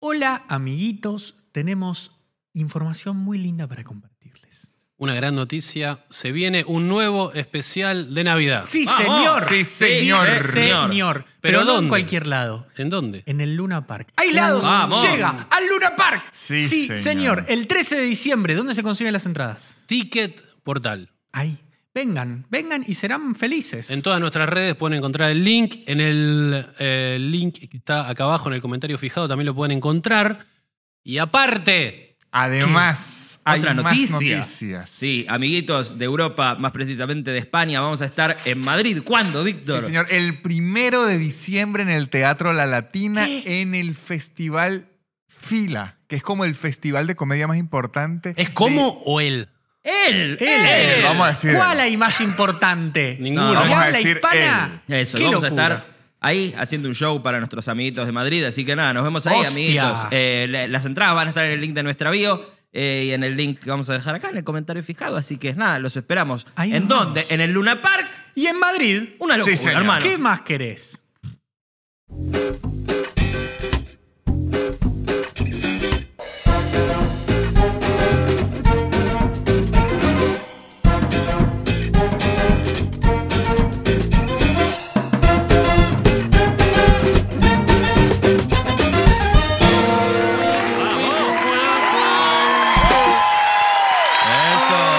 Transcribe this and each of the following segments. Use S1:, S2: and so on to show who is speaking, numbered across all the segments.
S1: Hola amiguitos, tenemos información muy linda para compartirles.
S2: Una gran noticia, se viene un nuevo especial de Navidad.
S1: Sí,
S2: ¡Vamos!
S1: señor.
S3: Sí, señor.
S1: Sí, señor.
S2: Señor.
S1: Pero,
S2: ¿Pero
S1: no en
S2: dónde?
S1: cualquier lado.
S2: ¿En dónde?
S1: En el Luna Park. ¡Hay lados!
S2: Vamos.
S1: ¡Llega al Luna Park!
S3: Sí,
S1: señor.
S3: señor.
S1: El 13 de diciembre, ¿dónde se consiguen las entradas?
S2: Ticket Portal.
S1: Ahí. Vengan, vengan y serán felices.
S2: En todas nuestras redes pueden encontrar el link. En el eh, link que está acá abajo en el comentario fijado también lo pueden encontrar. Y aparte,
S3: Además, hay
S4: Otra
S3: más
S4: noticia.
S3: noticias.
S4: Sí, amiguitos de Europa, más precisamente de España, vamos a estar en Madrid. ¿Cuándo,
S3: Sí,
S4: Víctor?
S3: señor. El primero de diciembre en el Teatro La Latina, en el Festival Fila, que es como el festival de comedia más importante.
S2: ¿es
S3: de-
S2: como o él?
S4: ¡Él!
S1: Él.
S3: Él, vamos a decir.
S1: ¿Cuál hay más importante?
S2: eh, Ninguno.
S1: ¿De
S2: Vamos
S3: a
S1: habla
S3: decir
S1: hispana?
S4: Eso,
S1: ¡Qué
S4: vamos
S1: locura!
S4: a estar ahí haciendo un show para nuestros amiguitos de Madrid. Así que nada, nos vemos ahí,
S1: Hostia.
S4: amiguitos. Eh, la- las entradas van a estar en el link de nuestra bio eh, y en el link que vamos a dejar acá en el comentario fijado. Así que nada, los esperamos.
S1: Ahí
S4: ¿En
S1: nos
S4: dónde? En el Luna Park.
S1: Y en Madrid,
S4: Una
S3: Sí,
S4: locura,
S3: señor.
S4: hermano.
S1: ¿qué más querés?
S4: Eso.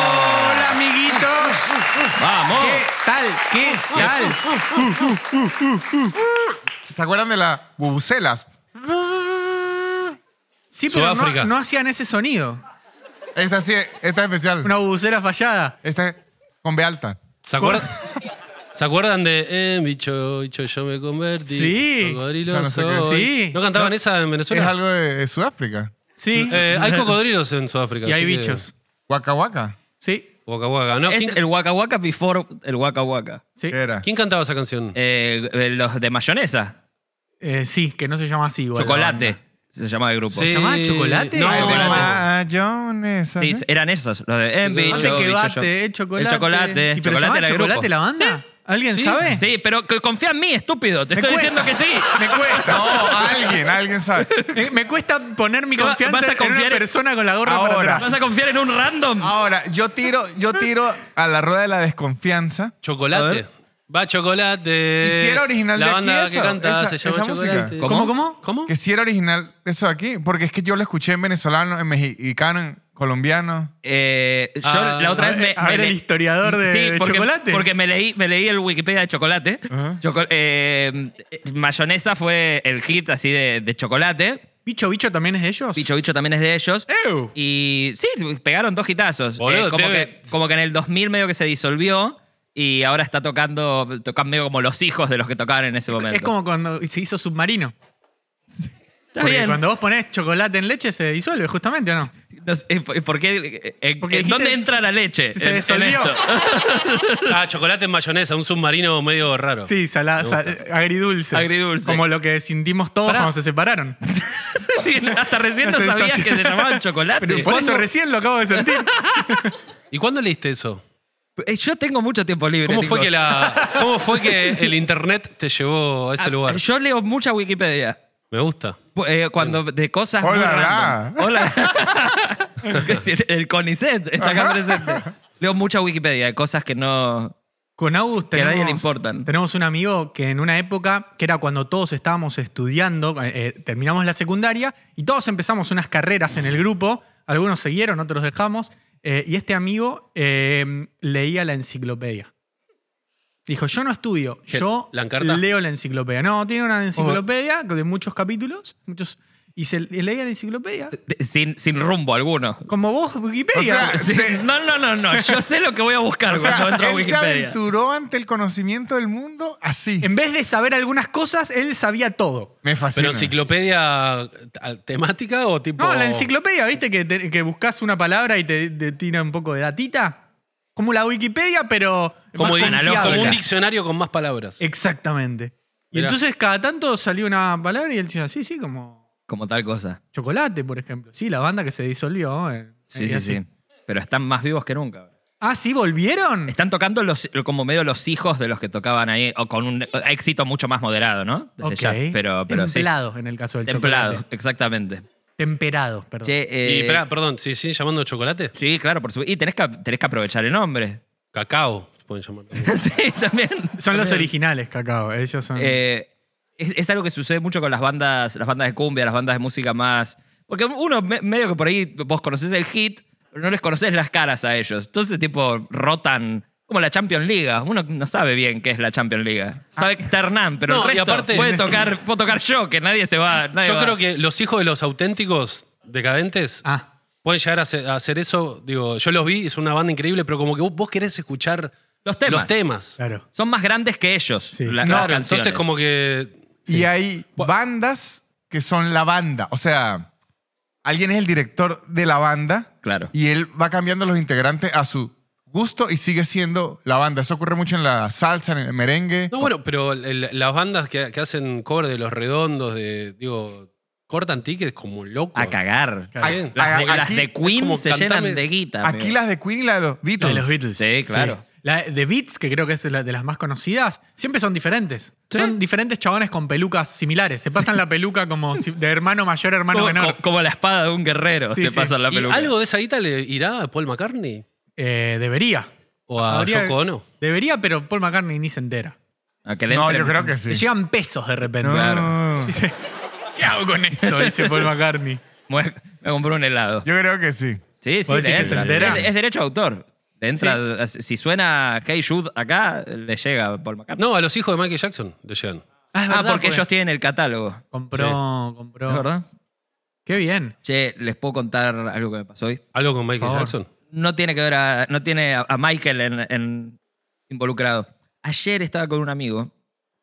S1: Hola amiguitos,
S4: Vamos.
S1: ¿qué tal? ¿Qué tal?
S3: ¿Se acuerdan de las bubucelas?
S1: Sí, pero no,
S2: Sudáfrica.
S1: no hacían ese sonido.
S3: Esta sí, esta es especial.
S1: Una bubucera fallada.
S3: Esta es con B alta.
S2: ¿Se acuerdan? ¿Se acuerdan de eh, bicho, bicho, yo me convertí?
S1: Sí.
S2: Cocodrilo
S3: Ya no sé qué-
S2: soy"?
S1: Sí.
S2: ¿No cantaban esa en
S3: Es
S2: Venezuela?
S3: algo de, de Sudáfrica.
S1: Sí.
S2: Eh, hay cocodrilos en Sudáfrica.
S1: y hay
S2: así que-
S1: bichos.
S3: Waka Waka.
S1: Sí,
S2: Waka Waka. No,
S4: Es
S2: ¿quién,
S4: el Waka Waka before el Waka Waka.
S1: sí.
S3: ¿Qué era?
S2: quién cantaba esa canción?
S4: Eh, eh, los de mayonesa.
S1: Eh, sí, que no se llama así. igual la
S4: Chocolate.
S1: banda.
S4: Se llamaba el grupo.
S2: Sí.
S1: llamaba Chocolate?
S2: No,
S3: Ay, de
S4: Chocolate.
S3: mayonesa,
S4: Sí,
S3: ¿no?
S4: eran esos, los de en bicho,
S1: Antes que
S4: bicho,
S1: bate,
S4: yo.
S1: eh, chocolate.
S4: El chocolate,
S1: ¿Y pero
S4: chocolate
S1: llamaba
S4: era el grupo.
S1: chocolate la banda? ¿Alguien
S2: Sí.
S1: sabe?
S4: Sí, pero que- confía en mí, estúpido. Te
S1: Me
S4: estoy
S1: cuesta.
S4: diciendo que sí.
S1: Me cuesta.
S3: No, alguien, alguien sabe.
S1: Eh, Me cuesta poner mi
S4: ¿Vas a
S1: confianza en una
S4: confiar en-
S1: persona con la gorra para
S3: Ahora.
S1: atrás.
S4: ¿Vas a confiar en un random?
S1: Ah.
S3: Ahora, yo tiro, yo tiro a la rueda de la desconfianza. A
S2: Chocolate.
S3: ver.
S2: Va Chocolate.
S3: ¿Y si era original
S2: La
S3: de aquí
S2: banda
S3: eso?
S2: que canta
S3: Esa-
S2: se llama
S3: esa música.
S2: Chocolate.
S1: ¿Cómo, cómo?
S2: ¿Cómo?
S3: Que si era original eso de aquí, porque es que yo lo escuché en venezolano, en mexicano, en colombiano.
S4: Eh, yo
S2: Ah.
S4: la otra
S1: A
S4: vez me,
S1: ver, a
S4: me
S1: ver
S4: le-
S1: el historiador de,
S4: Sí,
S1: de
S4: porque,
S1: chocolate.
S4: porque me leí, me leí el Wikipedia de chocolate.
S3: Ajá.
S4: Choco- eh, mayonesa fue el hit así de, de chocolate.
S1: ¿Bicho Bicho también es de ellos?
S4: Bicho Bicho también es de ellos.
S1: ¡Ew!
S4: Y sí, pegaron dos hitazos.
S2: Boludo,
S4: Eh, como,
S2: te-
S4: que, como que en el 2000 medio que se disolvió y ahora está tocando, tocan medio como los hijos de los que tocaban en ese momento.
S1: Es como cuando se hizo submarino.
S4: Está
S1: Porque
S4: bien.
S1: cuando vos ponés chocolate en leche se disuelve, justamente, ¿o no?
S4: No sé, eh, ¿por- por qué- en-
S1: Porque
S4: en
S1: dijiste-
S4: ¿Dónde entra la leche?
S1: Se
S4: En- en
S1: disolvió.
S4: esto.
S2: Ah, Chocolate en mayonesa, un submarino medio raro.
S1: Sí, salada, sal- agridulce.
S4: Agridulce.
S1: Como lo que sintimos todos
S2: Pará.
S1: cuando se separaron.
S4: Sí, hasta recién
S1: Una
S4: no sabías
S1: sensación.
S4: que se llamaban chocolate.
S1: Pero por eso recién lo acabo de sentir.
S2: ¿Y cuándo leíste eso?
S4: Eh, Yo tengo mucho tiempo libre.
S2: ¿Cómo fue,
S4: Nico.
S2: que la, ¿Cómo fue que el internet te llevó a ese
S4: Ah,
S2: lugar?
S4: Yo leo mucha Wikipedia.
S2: Me gusta.
S4: Eh, cuando de cosas muy
S3: Hola,
S4: random.
S3: la.
S4: Hola. Que si el CONICET está acá presente. Leo mucha Wikipedia de cosas que no.
S1: Con Agus
S4: Que a
S1: tenemos,
S4: nadie le importan.
S1: tenemos un amigo que en una época, que era cuando todos estábamos estudiando, eh, eh, terminamos la secundaria y todos empezamos unas carreras en el grupo. Algunos siguieron, otros dejamos. eh, y este amigo eh, leía la enciclopedia. Dijo, yo no estudio,
S2: ¿Qué?
S1: yo
S2: ¿La Encarta?
S1: leo la enciclopedia. No, tiene una enciclopedia de muchos capítulos, muchos, y se y leía la enciclopedia.
S4: de- sin, sin rumbo alguno.
S1: Como vos, Wikipedia.
S3: O sea,
S4: Sí,
S3: Sí.
S4: No, no, no, no. Yo sé lo que voy a buscar
S3: O sea,
S4: cuando entro a
S3: él se
S4: Wikipedia.
S3: aventuró ante el conocimiento del mundo así.
S1: en vez de saber algunas cosas, él sabía todo.
S3: Me fascina.
S2: ¿Pero enciclopedia eh, temática o tipo.?
S1: No, la enciclopedia, ¿viste? Que, te- que buscas una palabra y te, te tira un poco de datita. Como la Wikipedia, pero.
S2: Como,
S1: más
S2: di-
S1: confiable.
S2: como un diccionario con más palabras.
S1: Exactamente. Y
S2: Mirá.
S1: entonces cada tanto salía una palabra y él decía, sí, sí, como
S4: Como tal cosa.
S1: chocolate, por ejemplo. Sí, la banda que se disolvió. eh,
S4: Sí,
S1: y
S4: sí,
S1: así.
S4: sí. Pero están más vivos que nunca.
S1: Ah, sí, volvieron.
S4: Están tocando los, como medio los hijos de los que tocaban ahí, o con un éxito mucho más moderado, ¿no? Desde
S1: Ok.
S4: ya, Pero, pero sí.
S1: templado en el caso del
S4: Templado,
S1: chocolate.
S4: exactamente.
S1: Temperado, perdón.
S4: Che, eh,
S2: Y pará, perdón, ¿sí, sí, llamando chocolate?
S4: sí, claro, por supuesto. Y tenés que, tenés que aprovechar el nombre.
S2: Cacao, se pueden llamar.
S4: sí, también.
S1: Son los originales, Cacao. Ellos son.
S4: Eh, es, es algo que sucede mucho con las bandas, las bandas de cumbia, las bandas de música más. Porque uno me- medio que por ahí vos conocés el hit, pero no les conocés las caras a ellos. Entonces, tipo, rotan. Como la Champions League. Uno no sabe bien qué es la Champions League. Sabe que está Hernán, pero
S2: No,
S4: el
S2: y
S4: resto
S2: aparte-
S4: puede tocar, puedo tocar yo, que nadie se va. nadie
S2: Yo
S4: va.
S2: creo que los hijos de los auténticos decadentes
S1: ah,
S2: pueden llegar a hacer, a hacer eso. Digo, yo los vi, es una banda increíble, pero como que vos, vos querés escuchar
S4: Los temas.
S2: temas.
S1: claro.
S4: Son más grandes que ellos.
S1: Sí.
S4: la- las
S2: Claro,
S4: canciones.
S2: entonces como que
S3: Y hay bandas que son la banda. O sea, alguien es el director de la banda.
S4: Claro.
S3: Y él va cambiando los integrantes a su gusto y sigue siendo la banda. Eso ocurre mucho en la salsa, en el merengue.
S2: No, bueno, pero el- las bandas que, que hacen cover de los redondos, de, digo, cortan tickets como locos.
S4: A cagar.
S2: Claro.
S4: Sí.
S2: Aquí-
S4: Las, de, las de Queen
S2: como
S4: se
S2: cantame-
S4: llenan de guita.
S3: Aquí
S4: amigo.
S3: las de Queen y la de los
S1: La
S3: Beatles.
S1: de los Beatles.
S4: Sí, claro.
S1: La de Beats, que creo que es la de las más conocidas, siempre son diferentes. Son diferentes chabones con pelucas similares. Se pasan la peluca como si- de hermano mayor, hermano
S4: como,
S1: menor.
S4: co- como la espada de un guerrero
S1: Sí,
S4: se
S1: sí.
S4: pasa la
S2: ¿Y
S4: peluca.
S2: algo de esa guita le irá a Paul McCartney?
S1: Eh, debería.
S2: ¿O
S4: Ah,
S2: a
S1: Habría-
S2: Yoko Ono?
S1: Debería, pero Paul McCartney ni se entera.
S4: A que le
S3: No,
S4: entre
S3: yo
S4: mis-
S3: creo que
S1: Le
S3: sí. Ah.
S1: llegan pesos de repente.
S3: No.
S4: Claro.
S1: ¿Qué hago con esto? Dice Paul McCartney.
S4: Me voy a- me compré un helado.
S3: Yo creo que sí.
S4: Sí, sí,
S1: ¿Vos
S4: le
S1: decís que se
S4: entra.
S1: entera?
S4: Es, es derecho de autor. Le entra. Si suena Hey Jude acá, le llega Paul McCartney.
S2: No, a los hijos de Michael Jackson le llegan.
S1: Ah, es verdad,
S4: ah, porque ellos tienen el catálogo.
S1: Compró, compró.
S4: ¿Es verdad?
S1: Qué bien.
S4: Che, les puedo contar algo que me pasó hoy.
S2: ¿Algo con Michael
S1: favor.
S2: Jackson?
S4: No tiene que ver a. No tiene a, a Michael en- en- involucrado. Ayer estaba con un amigo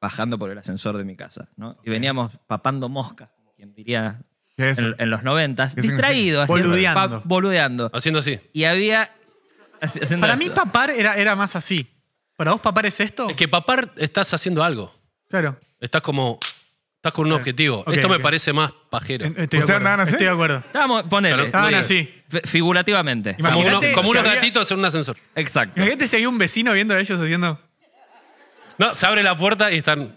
S4: bajando por el ascensor de mi casa, ¿no? Y veníamos papando moscas, como quien diría
S3: ¿Qué es?
S4: en, en los noventas,
S3: ¿Qué significa?
S4: distraído, haciendo-
S1: Boludeando.
S4: pa- boludeando.
S2: Haciendo así.
S4: Y había. haci- haciendo
S1: Para mí,
S4: esto.
S1: papar era, era más así. ¿Para vos, papar es esto?
S2: Es que papar estás haciendo algo.
S1: claro.
S2: Estás como... Estás con un objetivo.
S1: Ok,
S2: Esto
S1: ok.
S2: me parece más pajero.
S1: En- Estoy de
S3: ¿Ustedes
S1: acuerdo,
S3: andaban así?
S1: Estoy de acuerdo.
S4: Estábamos, ponele.
S2: Claro, estaban
S4: sí.
S1: así.
S4: Fi- Figurativamente.
S2: Como
S1: Imagínate
S2: unos, como
S1: si
S2: unos
S1: había-
S2: gatitos en un ascensor.
S4: Exacto.
S3: ¿Eh?
S1: Imagínate si hay un vecino viendo a ellos haciendo.
S2: No, se abre la puerta y están...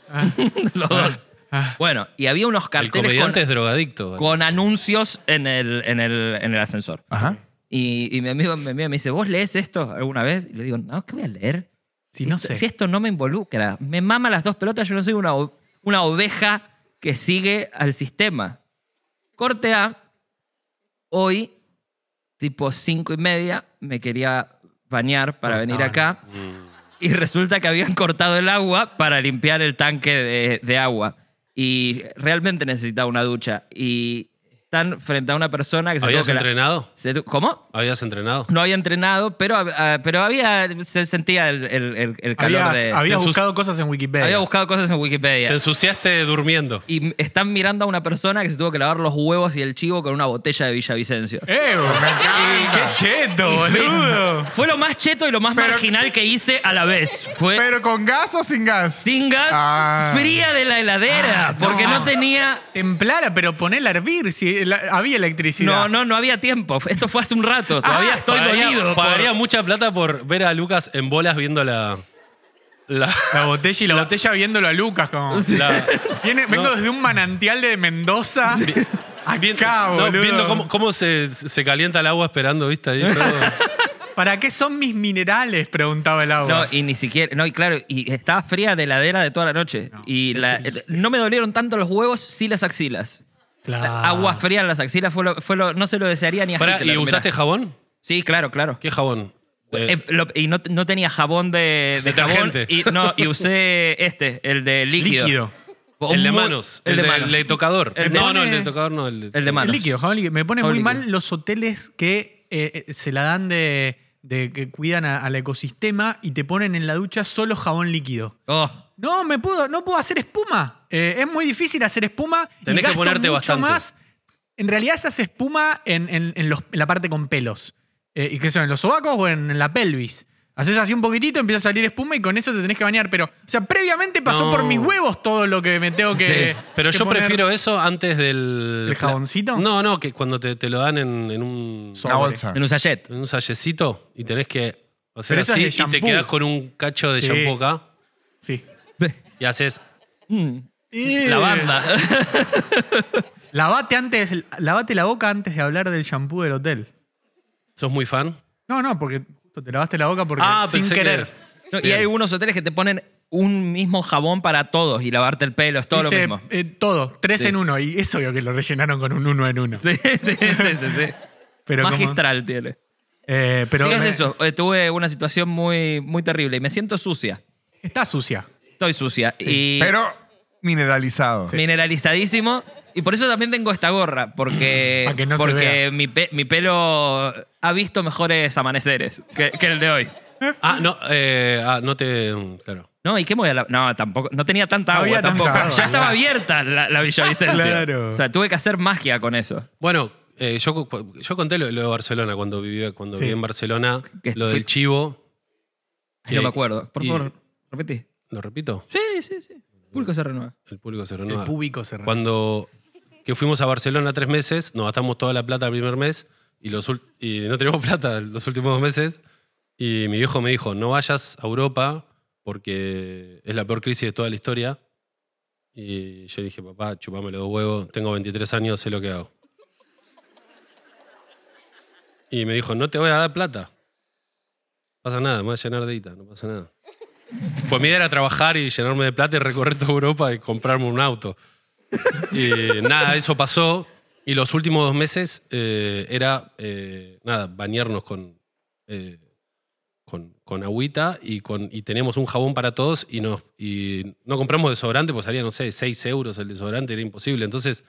S4: Los dos.
S3: Ah.
S4: Bueno, y había unos
S2: El
S4: carteles
S2: comediante
S4: con,
S2: es drogadicto.
S4: con anuncios en el, en el, en el ascensor.
S3: Ajá.
S4: Y, y mi amigo me mira y me dice, ¿vos lees esto alguna vez? Y le digo, no, ¿qué voy a leer?
S1: Si no
S4: esto,
S1: sé.
S4: si esto no me involucra, me mama las dos pelotas, yo no soy una, o- una oveja que sigue al sistema. Corte A, hoy, tipo cinco y media, me quería bañar
S1: Ah,
S4: para venir acá. Y resulta que habían cortado el agua para limpiar el tanque de, de agua. Y realmente necesitaba una ducha. Y están frente a una persona que se
S2: ¿Habías
S4: tuvo que la-
S2: entrenado?
S4: se tu- ¿Cómo?
S2: ¿Habías entrenado?
S4: No había entrenado, pero, ah, pero había, se sentía el, el- el- el calor
S1: Habías,
S4: de...
S1: habías
S2: de sus-
S1: buscado cosas en Wikipedia.
S4: había buscado cosas en
S2: Te
S4: Wikipedia.
S2: ensuciaste durmiendo.
S4: Y m- están mirando a una persona que se tuvo que lavar los huevos y el chivo con una botella de Villavicencio.
S1: ¡Eh! bro! ¡Qué cheto, boludo!
S4: Fue lo más cheto y lo más
S3: Pero-
S4: marginal que hice a la vez. Fue
S3: ¿Pero con gas o sin gas?
S4: sin gas,
S3: Ah.
S4: fría de la heladera,
S1: Ah,
S4: porque
S1: no.
S4: no tenía...
S1: Templala, pero ponela a hervir si la- había electricidad.
S4: No, no, no había tiempo. Esto fue hace un rato. Todavía estoy
S2: Pagaría-
S4: dolido. por-
S2: Pagaría mucha plata por ver a Lucas en bolas viendo la. la-
S1: La botella y la, botella viéndolo a Lucas como.
S2: la-
S1: Viene- vengo desde un manantial de Mendoza. Acá,
S2: vi- no,
S1: boludo.
S2: viendo cómo, cómo se, se calienta el agua esperando, ¿viste? Ahí todo.
S1: ¿Para qué son mis minerales? Preguntaba el
S4: No,
S1: agua.
S4: y ni siquiera, no, y claro, y estaba fría de heladera de toda la noche. y la- eh, no me dolieron tanto los huevos, sí las axilas.
S1: Claro.
S4: Agua fría en las axilas fue lo, fue lo- no se lo desearía ni a
S2: Pará,
S4: Hitler,
S2: ¿Y usaste
S4: mirá.
S2: jabón?
S4: Sí, claro, claro.
S2: ¿Qué jabón? Eh,
S4: Eh, lo- y no, no tenía jabón de, de jabón.
S2: Detergente.
S4: Y, no, y usé este, el de líquido.
S1: líquido.
S4: O
S2: Pues el de
S4: muy-
S2: manos.
S4: El, de, manos.
S2: el de tocador.
S4: El de-
S2: no, no, el
S1: pone-
S2: de tocador no. El de,
S4: el de manos.
S1: El líquido, jabón líquido. Me pone
S4: Jabón
S1: muy
S4: líquido.
S1: mal los hoteles que eh, eh, se la dan de, de que cuidan a- al ecosistema y te ponen en la ducha solo jabón líquido.
S4: Oh.
S1: No, me puedo, no puedo hacer espuma. Eh, es muy difícil hacer espuma. y
S2: Tenés que
S1: gasto
S2: ponerte
S1: mucho
S2: bastante.
S1: más. En realidad se hace espuma en, en- en los- en la parte con pelos. Eh, ¿Y qué son? ¿En los sobacos o en, en la pelvis? Haces así un poquitito, empieza a salir espuma y con eso te tenés que bañar. Pero, o sea, previamente pasó
S2: No.
S1: por mis huevos todo lo que me tengo que.
S4: Sí,
S2: Pero
S1: que
S2: yo
S1: eh, poner.
S2: prefiero eso antes del.
S1: ¿El jaboncito?
S2: No, no, que cuando te, te lo dan en, en un.
S1: So-
S3: Una
S1: Sobre.
S3: bolsa.
S4: En un sachet.
S2: en un sallecito y tenés que hacer
S1: Pero eso es
S2: así
S1: de
S2: y te
S1: shampoo.
S2: quedás con un cacho de
S1: Sí.
S2: shampoo acá
S1: Sí.
S2: y haces
S4: Mm.
S2: la banda.
S1: Lavate, antes, lavate la boca antes de hablar del shampoo del hotel.
S2: ¿Sos muy fan?
S1: No, no, porque justo te lavaste la boca porque
S2: Ah,
S1: sin
S2: pensé
S1: querer.
S2: que-
S4: No, y
S2: Bien.
S4: hay algunos hoteles que te ponen un mismo jabón para todos y lavarte el pelo, es todo
S1: Hice,
S4: lo mismo.
S1: eh, todo, tres
S4: Sí.
S1: en uno. Y es obvio que lo rellenaron con un uno en uno.
S4: Sí, sí, sí, sí. sí.
S1: Pero como-
S4: Magistral tiene.
S1: Eh, pero
S4: Digas
S1: me-
S4: eso, eh, tuve una situación muy, muy terrible y me siento sucia.
S1: Está sucia.
S4: Estoy sucia. Y
S3: Pero mineralizado.
S4: mineralizadísimo. Y por eso también tengo esta gorra, porque,
S1: Pa' que no se
S4: porque
S1: vea.
S4: Mi, pe- mi pelo ha visto mejores amaneceres que, que el de hoy.
S2: Ah, no, eh, ah, no te. Claro.
S4: No, ¿y qué me voy a la- No, tampoco. No tenía tanta
S1: No
S4: agua
S1: había tanta
S4: tampoco.
S1: agua,
S4: ya estaba
S1: claro.
S4: abierta la, la Villavicencio.
S1: Claro.
S4: O sea, tuve que hacer magia con eso.
S2: Bueno, eh, yo, cu- yo conté lo, lo de Barcelona cuando vivía, cuando
S1: Sí.
S2: viví en Barcelona,
S4: Que
S2: lo del
S4: fuiste-
S2: chivo.
S4: Ay,
S2: Y-
S4: no me acuerdo. Por
S2: y-
S4: favor, repetí.
S2: ¿Lo repito?
S4: Sí, sí, sí. Público se renueva.
S2: El público se
S1: El
S4: Ah.
S2: renueva.
S1: púbico se
S2: Cuando que fuimos a Barcelona tres meses, nos gastamos toda la plata el primer mes y, los ul- y no tenemos plata los últimos dos meses. Y mi viejo me dijo, no vayas a Europa porque es la peor crisis de toda la historia. Y yo dije, papá, chupame los huevos, tengo 23 años, sé lo que hago. Y me dijo, no te voy a dar plata. No pasa nada, me voy a llenar de guita, no pasa nada. Pues mi idea era trabajar y llenarme de plata y recorrer toda Europa y comprarme un auto. Y nada, eso pasó. Y los últimos dos meses eh, era, eh, nada, bañarnos con, eh, con, con agüita y, con, y teníamos un jabón para todos y, nos, y no compramos desodorante, pues salía, no sé, 6 euros el desodorante, era imposible. Entonces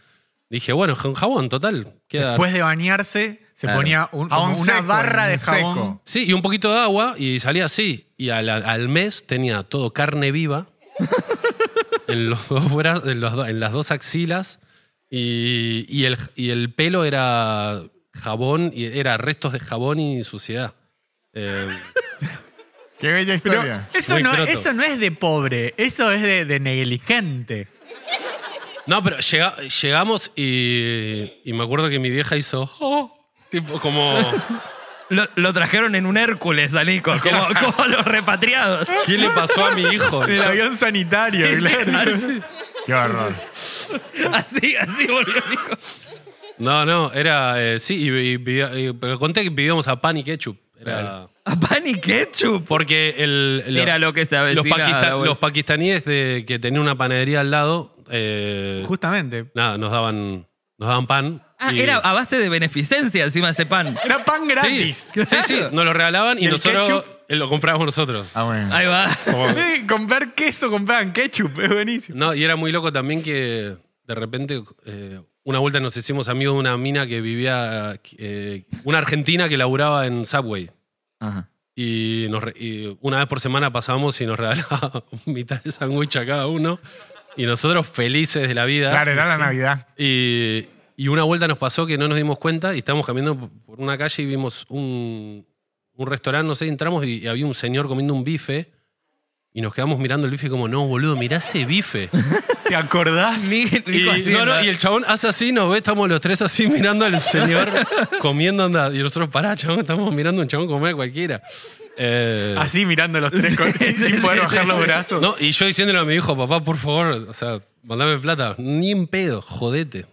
S2: dije, bueno, un jabón, total. Queda
S1: Después de bañarse, se
S4: Claro.
S1: ponía un- como
S3: Jabón
S1: una
S3: seco,
S1: barra
S3: un
S1: de jabón.
S3: seco.
S2: Sí, y un poquito de agua y salía así. Y al, al mes tenía todo carne viva en, los dos bra- en, los do- en las dos axilas y, y el, y el pelo era jabón, y era restos de jabón y suciedad. Eh,
S3: Qué bella
S1: Pero
S3: historia.
S1: eso
S2: Muy
S1: no,
S2: croto.
S1: eso no es de pobre, eso es de, de negligente.
S2: no, pero llega- llegamos y, y me acuerdo que mi vieja hizo... "Oh", tipo como...
S4: Lo, lo trajeron en un Hércules a Nico, como, como los repatriados.
S2: ¿Qué le pasó a mi hijo?
S1: En el avión sanitario, claro.
S3: Qué horror.
S4: Así, así volvió Nico.
S2: No, no, era... eh, sí, y, y- y- y- pero conté que vivíamos a pan y ketchup. Era...
S4: A pan y ketchup.
S2: Porque el, lo-
S4: Mira lo que se
S2: los,
S4: avecina,
S2: paquista-
S4: Raúl.
S2: los pakistaníes de- que tenían una panadería al lado, eh,
S1: Justamente.
S2: nada, nos daban, nos daban pan.
S4: Ah,
S2: y-
S4: era a base de beneficencia encima ese pan.
S1: Era pan gratis.
S2: Sí, sí, sí, nos lo regalaban y,
S1: ¿Y el
S2: nosotros
S1: ketchup?
S2: eh, lo comprábamos nosotros.
S3: Ah, bueno.
S4: Ahí va.
S2: Como-
S1: Eh, comprar queso, compraban ketchup, es buenísimo.
S2: No, y era muy loco también que de repente eh, una vuelta nos hicimos amigos de una mina que vivía, eh, una argentina que laburaba en Subway.
S4: Ajá.
S2: Y, nos re- y una vez por semana pasábamos y nos regalaba mitad de sándwich a cada uno. Y nosotros felices de la vida.
S3: Claro, era la Navidad.
S2: Y, Eh, y una vuelta nos pasó que no nos dimos cuenta y estábamos caminando p- por una calle y vimos un, un restaurante, no sé, entramos y, y había un señor comiendo un bife y nos quedamos mirando el bife como, no, boludo, mirá ese bife.
S1: ¿Te acordás?
S4: Ni-
S2: y,
S4: Nico así,
S2: no, no,
S4: ¿verdad?
S2: y el chabón hace así, nos ve, estamos los tres así mirando al señor comiendo, onda, y nosotros, pará, chabón, estamos mirando a un chabón comer cualquiera. Eh,
S1: Así mirando los tres con- sin poder bajar los brazos.
S2: no, y yo diciéndole a mi hijo, papá, por favor, o sea, mandame plata. Ni en pedo, jodete.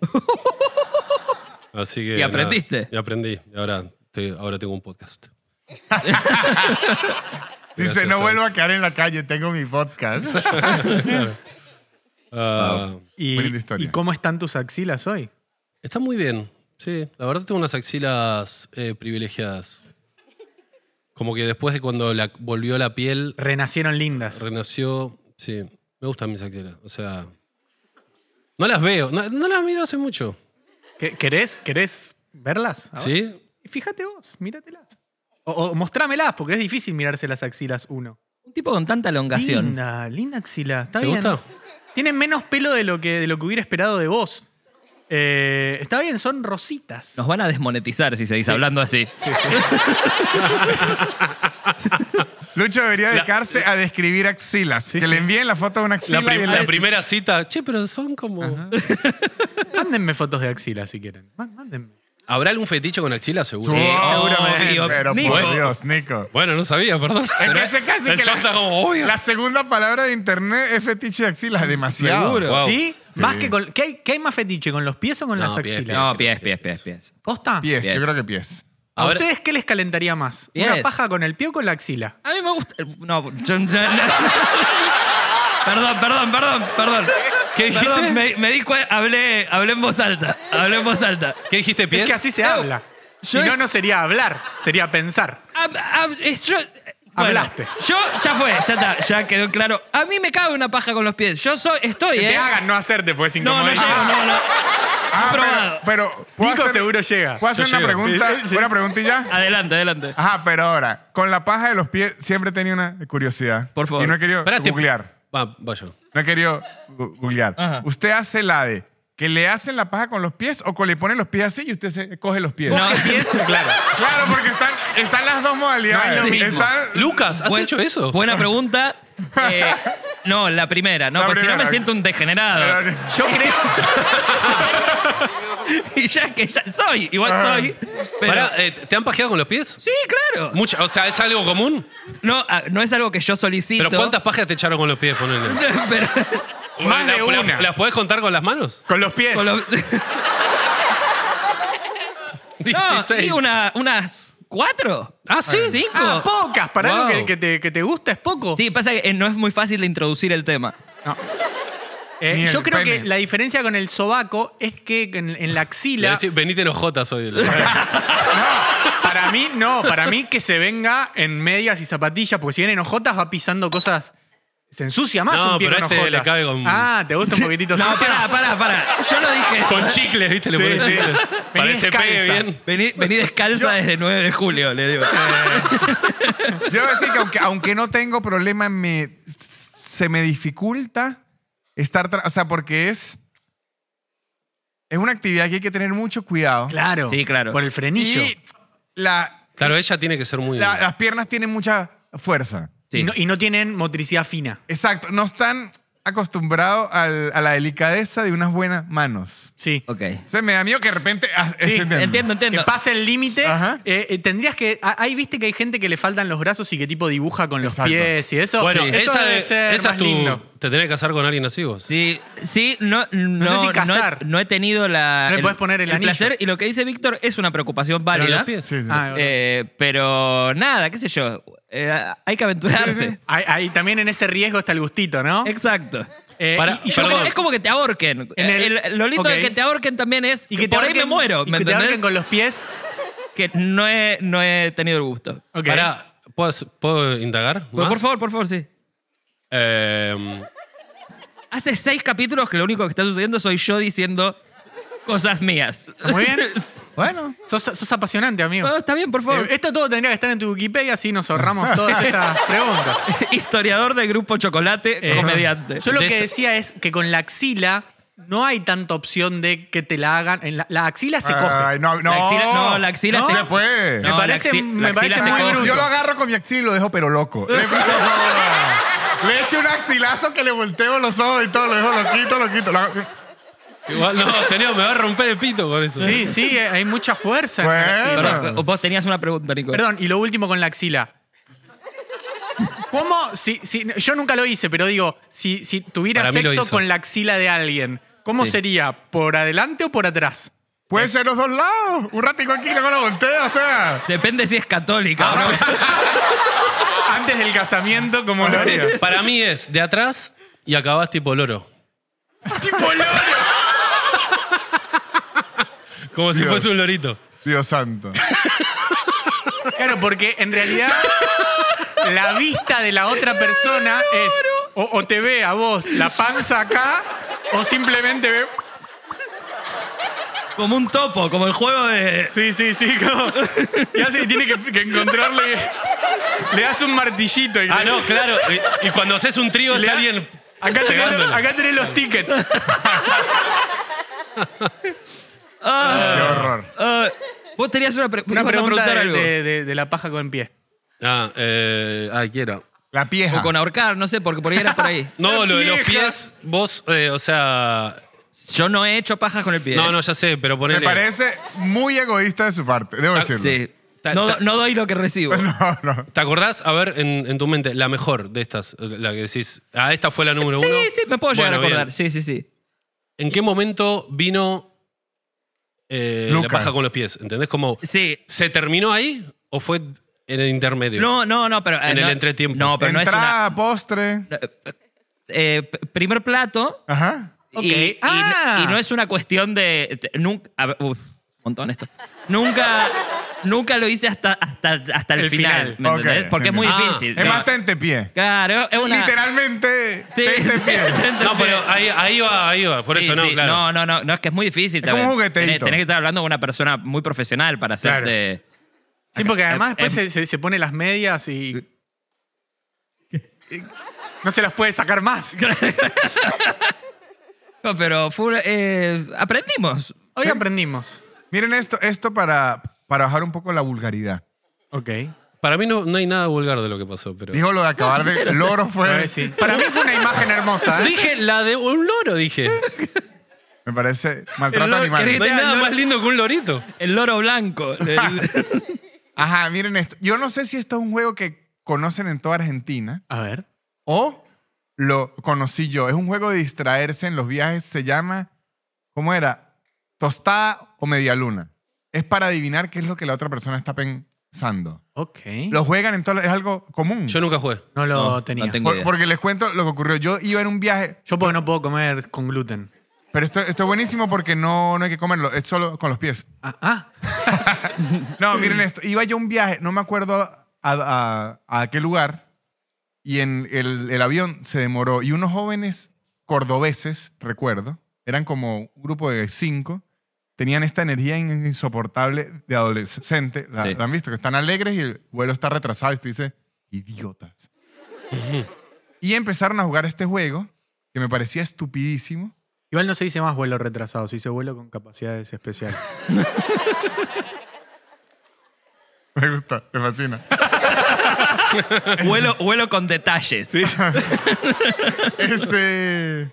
S2: Así que.
S4: ¿Y aprendiste?
S2: nada, y aprendí. Y ahora, te- ahora tengo un podcast.
S3: Dice,
S2: Gracias a
S3: no vuelvo
S2: eso.
S3: a quedar en la calle, tengo mi podcast.
S2: Ah,
S1: Y,
S3: Buena historia.
S1: ¿Y cómo están tus axilas hoy?
S2: Está muy bien. Sí, la verdad tengo unas axilas eh, privilegiadas. Como que después de cuando la, volvió la piel,
S1: Renacieron lindas.
S2: renació. Sí, me gustan mis axilas. O sea. No las veo, no, no las miro hace mucho.
S1: ¿Qué- ¿Querés, querés verlas?
S4: Ah,
S1: ahora?
S2: ¿Sí?
S1: Fíjate vos, míratelas. O, o mostrámelas, porque es difícil mirarse las axilas uno.
S4: Un tipo con tanta elongación.
S1: Linda, linda axila. Está
S2: ¿Te
S1: bien.
S2: gusta?
S1: Tienen menos pelo de lo, que, de lo que hubiera esperado de vos. Eh, está bien, son rositas.
S4: Nos van a desmonetizar si seguís hablando así.
S3: Lucho debería dedicarse a describir axilas. que le envíen la foto de una axila.
S2: La, prim-
S3: y el-
S2: la primera cita, che, pero son como.
S1: Mándenme fotos de axila si quieren. Má- Mándenme.
S2: ¿Habrá algún fetiche con axila? Seguro.
S3: Wow,
S4: obvio.
S3: Pero por
S2: Oh, Nico.
S3: Dios, Nico.
S2: Bueno, no sabía, perdón.
S3: Es que ese casi
S2: El
S3: que
S2: chabón está como, obvio.
S3: la segunda palabra de internet es fetiche de axilas. Demasiado.
S4: Seguro.
S2: Wow.
S1: ¿Sí? Más que con, ¿qué, hay, qué hay más fetiche? ¿Con los pies o con
S2: No,
S1: las
S2: pies,
S1: axilas?
S2: pies.
S4: No, pies, pies, pies, pies.
S1: ¿Posta?
S3: Pies,
S4: Pies.
S3: yo creo que pies.
S1: ¿A
S2: Ahora-
S1: ustedes qué les calentaría más? ¿Una
S4: Pies.
S1: paja con el pie o con la axila?
S4: A mí me gusta. eh, No, yo- yo- Perdón, perdón, perdón, perdón.
S2: ¿Qué dijiste?
S4: Perdón, me, me di cua- hablé, hablé en voz alta. Hablé en voz alta.
S2: ¿Qué dijiste, pies?
S1: Es que así se habla.
S4: yo-
S1: Si no, no sería hablar, sería pensar.
S4: Hab- hab- es- yo- bueno,
S1: Hablaste.
S4: yo ya fue, ya está, ya quedó claro. A mí me cabe una paja con los pies. Yo soy, estoy,
S1: Que
S4: ¿eh?
S1: te hagan no hacerte, pues sin
S4: no, no llego, no, no.
S3: Ah,
S4: probado.
S3: pero, pero ¿puedo
S1: Nico
S3: hacer,
S1: seguro llega.
S3: ¿puedo hacer
S2: Yo
S3: una
S2: llego.
S3: pregunta?
S1: Sí.
S3: ¿Una preguntilla?
S4: Adelante, adelante.
S1: Ah,
S3: Ajá, pero ahora, con la paja de los pies siempre tenía una curiosidad.
S4: Por favor.
S3: Y no he querido
S2: Espérate.
S3: googlear.
S2: Va, vaya.
S3: No he querido gu- googlear.
S4: Ajá.
S3: ¿Usted hace la de que le hacen la paja con los pies o que le ponen los pies así y usted se coge los pies?
S4: No.
S1: Coge pies, claro.
S3: Claro, porque están, están las dos modalidades.
S1: No es lo
S3: Sí.
S1: mismo.
S3: Están-
S2: Lucas, ¿has
S4: Buen-
S2: hecho eso?
S4: Buena pregunta. Eh, no, la primera. No,
S3: La
S4: pues si no me
S3: primera.
S4: siento un degenerado.
S3: Pero-
S1: Yo creo.
S4: y ya que ya soy, igual
S1: Ah.
S4: soy. Pero,
S2: Pará, eh, ¿Te han pajeado con los pies?
S4: sí, claro.
S2: Mucha, o sea, ¿es algo común?
S4: No, ah, no es algo que yo solicito.
S2: ¿Pero cuántas pajas te echaron con los pies? Ponele.
S4: Pero-
S1: Más
S2: ¿La-
S1: de
S2: la-
S1: una.
S2: ¿Las podés contar con las manos?
S1: Con los pies.
S4: con lo- no,
S2: 16.
S4: y una- unas cuatro.
S2: Ah, ¿sí?
S4: Cinco.
S1: Ah, pocas. Para
S2: Wow.
S1: algo que, que te, que te gusta es poco.
S4: Sí, pasa que eh, no es muy fácil de introducir el tema.
S1: Eh,
S3: Ni
S1: yo
S3: el
S1: creo
S3: pene.
S1: que la diferencia con el sobaco es que en, en la
S2: Le
S1: axila.
S2: decís, Benítez Ojota soy.
S1: No, para mí no. Para mí que se venga en medias y zapatillas, porque si viene en ojotas va pisando cosas. Se ensucia más
S2: No,
S1: un pie
S2: pero
S1: con
S2: este
S1: ojotas.
S2: le cabe con-
S1: Ah, ¿te gusta un poquitito
S4: No,
S1: sucio?
S4: pará, pará, pará. Yo no dije eso.
S2: Con chicles, ¿viste? Le
S1: Sí,
S2: pones
S1: sí.
S2: chicles.
S1: Vení
S2: Para que se pegue
S1: descalza.
S2: bien.
S4: Vení, vení descalza desde 9 de julio, le digo.
S3: Yo voy a decir que aunque, aunque no tengo problema, me, se me dificulta estar... tra- O sea, porque es... Es una actividad que hay que tener mucho cuidado.
S1: Claro.
S4: Sí, claro.
S1: Por el frenillo.
S3: Y
S1: Y,
S3: la,
S2: Claro, ella tiene que ser muy.
S3: la- las piernas tienen mucha fuerza.
S4: Sí.
S1: no, y no tienen motricidad fina.
S3: Exacto, no están acostumbrados al- a la delicadeza de unas buenas manos.
S1: Sí.
S4: Ok.
S3: Se me da miedo que de repente... ah,
S1: Sí,
S3: ese-
S4: Entiendo,
S1: Que
S4: entiendo.
S1: pase el límite.
S3: Ajá.
S1: eh, eh, tendrías que. a- Ahí viste que hay gente que le faltan los brazos y que tipo dibuja con los
S3: Exacto.
S1: pies y eso.
S2: Bueno,
S1: Sí. eso
S2: esa,
S1: debe
S2: de-
S1: ser
S2: esa
S1: más
S2: es tu.
S1: lindo.
S2: Te tenés que casar con alguien así vos.
S4: Sí, sí, no, no,
S1: sé si
S4: no he-
S1: casar.
S4: No, he tenido la.
S1: No le podés poner el anillo.
S4: placer. Y lo que dice Víctor es una preocupación
S2: Pero
S4: válida.
S2: los pies.
S3: Sí, sí.
S1: Ah,
S4: Eh, pero nada, qué sé yo. Eh, hay que aventurarse.
S1: ahí, ahí también en ese riesgo está el gustito, ¿no?
S4: Exacto.
S1: Eh,
S2: Para-
S1: y, y yo
S4: Yo
S2: Perdón.
S4: creo- es como que te ahorquen.
S1: En el-
S4: El- lo lindo
S1: ok.
S4: de que te ahorquen también es
S1: Y
S4: que, por ahí
S1: ahorquen-
S4: me muero,
S1: y
S4: ¿me
S1: que te
S4: entendés?
S1: ahorquen con los pies.
S4: Que no he, no he tenido el gusto.
S1: Ok.
S2: Pará, ¿puedo, puedo indagar?
S4: Pero
S2: más?
S4: por favor, por favor, sí.
S2: Eh,
S4: Hace seis capítulos que lo único que está sucediendo soy yo diciendo cosas mías.
S1: Muy bien.
S3: Bueno,
S1: Sos, sos apasionante, amigo.
S4: No, Ah, está bien, por favor.
S1: Eh, esto todo tendría que estar en tu Wikipedia, así nos ahorramos todas estas preguntas.
S4: eh, Historiador del grupo Chocolate,
S1: Eh,
S4: comediante.
S1: Yo lo
S2: De
S1: que
S2: esto-
S1: decía es que con la axila no hay tanta opción de que te la hagan. en la, la axila se
S3: Ay,
S1: coge.
S3: no, no.
S4: La axila- no, la axila
S1: No
S4: se-
S3: se puede.
S4: No,
S1: Me
S4: la
S1: parece-
S4: axi-
S1: me
S4: la axila
S1: parece
S4: se
S1: muy
S4: coge.
S1: bruto.
S3: Yo lo agarro con mi axila y lo dejo pero loco. Le, le echo un axilazo que le volteo los ojos y todo, lo dejo loquito, loquito. Lo hago-
S2: igual, no, señor, me va a romper el pito con eso.
S1: Sí, sí, eh, hay mucha fuerza. en la
S3: Bueno.
S1: axila.
S4: Perdón, vos tenías una pregunta, Nico.
S1: Perdón, y lo último con la axila. ¿Cómo? Si, si- yo nunca lo hice, pero digo, si, si tuviera
S2: Para mí lo
S1: sexo
S2: hizo.
S1: con la axila de alguien, ¿cómo
S4: Sí.
S1: sería? ¿Por adelante o por atrás?
S3: Puede ser los dos lados. Un ratico aquí y luego lo volteo, o sea.
S4: Depende si es católica o no.
S1: Ah. Antes del casamiento, ¿cómo lo harías?
S2: Para mí es de atrás y acabás tipo loro.
S1: tipo loro.
S2: Como si
S3: Dios.
S2: fuese un lorito.
S3: Dios santo.
S1: Claro, porque en realidad la vista de la otra persona es o, o te ve a vos la panza acá o simplemente ve...
S4: Como un topo, como el juego de.
S1: Sí, sí, sí. como- y hace- y tiene que, que encontrarle... Le das un martillito y
S2: Ah,
S1: le-
S2: no, claro. Y, y cuando haces un trío es
S1: Le-
S2: alguien.
S1: Acá tenés,
S2: pegándole.
S1: acá tenés los tickets.
S3: Qué horror.
S4: Ah, vos tenías una, pre-
S1: Una
S4: ibas a
S1: pregunta
S4: preguntar
S1: de,
S4: algo.
S1: de- de- de la paja con pie.
S2: Ah, eh, ay, ¿qué era?
S3: La pieja.
S4: O con ahorcar, no sé, porque por ahí era por ahí.
S2: No,
S1: La
S2: lo de los
S1: vieja.
S2: pies, vos, eh, o sea.
S4: Yo no he hecho pajas con el pie. ¿eh?
S2: No, no, ya sé, pero
S3: Me
S2: ponele.
S3: parece muy egoísta de su parte, debo decirlo.
S4: Ah, Sí.
S2: Ta-
S4: No,
S2: ta-
S4: no doy lo que recibo.
S3: No, no.
S2: ¿Te acordás? A ver, en, en tu mente, la mejor de estas, la que decís, ah, esta fue la número
S4: Sí,
S2: uno.
S4: sí, me puedo llegar
S2: Bueno,
S4: a acordar.
S2: bien.
S4: Sí, sí, sí.
S2: ¿En qué momento vino eh, la
S3: Lucas.
S2: paja con los pies? ¿Entendés? Como,
S4: Sí.
S2: ¿se terminó ahí o fue en el intermedio?
S4: No, no, no, pero. eh,
S2: En el
S4: no-
S2: entretiempo.
S4: No, pero
S3: Entrada, postre.
S4: no es una. eh, p- primer plato.
S3: Ajá.
S1: Ok.
S4: Y- Y,
S1: Ah.
S4: y no es una cuestión de. te- Nunca. a ver, uf, montón esto. Nunca. Nunca lo hice hasta, hasta, hasta el,
S1: El
S4: final.
S1: final.
S4: ¿me
S3: Ok,
S4: entendés? Porque
S3: sí,
S4: es muy
S2: entiendo. Ah,
S4: difícil.
S3: Es
S4: sí.
S3: más tentepié.
S4: Claro, es una.
S3: Literalmente
S4: Sí,
S3: tentepié.
S2: No, pero ahí, ahí va, ahí va. Por
S4: Sí,
S2: eso no,
S4: sí.
S2: claro.
S4: No, no, no, no, es que es muy difícil.
S3: Es como un
S4: también.
S3: jugueteíto.
S4: Tenés, tenés que estar hablando con una persona muy profesional para
S1: Claro.
S4: hacerte.
S1: Sí, porque además
S4: eh,
S1: después se, se- se pone las medias y. y No se las puede sacar más.
S4: No, pero fue, una- eh, aprendimos.
S1: Hoy aprendimos.
S3: Miren esto, esto para, para bajar un poco la vulgaridad.
S1: Ok.
S2: Para mí no, no hay nada vulgar de lo que pasó, pero.
S3: Dijo lo de acabar
S4: Sí, no
S3: de.
S4: sé.
S3: Loro
S1: A
S3: fue.
S1: ver, sí. Para mí fue una imagen hermosa. ¿eh?
S2: Dije la de un loro, dije.
S3: Me parece
S4: El
S3: maltrato
S4: loro
S2: No
S3: animal.
S4: querido.
S2: hay
S4: El
S2: nada
S4: loro-
S2: más lindo que un lorito.
S4: El loro blanco.
S3: Ajá, miren esto. Yo no sé si esto es un juego que conocen en toda Argentina
S1: A ver.
S3: o lo conocí yo. Es un juego de distraerse en los viajes. Se llama, ¿cómo era? Tostada o media luna. Es para adivinar qué es lo que la otra persona está pensando.
S1: Ok.
S3: Lo juegan en todo. Es algo común.
S2: Yo nunca jugué.
S1: No lo
S4: No,
S1: tenía.
S4: no tengo.
S3: Por-
S4: idea.
S3: porque les cuento lo que ocurrió. Yo iba en un viaje
S1: Yo porque no puedo comer con gluten.
S3: Pero esto, esto es buenísimo porque no, no hay que comerlo, es solo con los pies.
S1: Ah, ah.
S3: No, miren esto. Iba yo a un viaje, no me acuerdo a, a- a qué lugar, y en el, el avión se demoró. Y unos jóvenes cordobeses, recuerdo, eran como un grupo de cinco, tenían esta energía in- insoportable de adolescente. La,
S4: Sí.
S3: la han visto, que están alegres y el vuelo está retrasado. Y tú dices, idiotas. y empezaron a jugar este juego que me parecía estupidísimo.
S1: Igual no se dice más vuelo retrasado, se dice vuelo con capacidades especiales.
S3: Me gusta, me fascina.
S4: vuelo, vuelo con detalles.
S3: Este.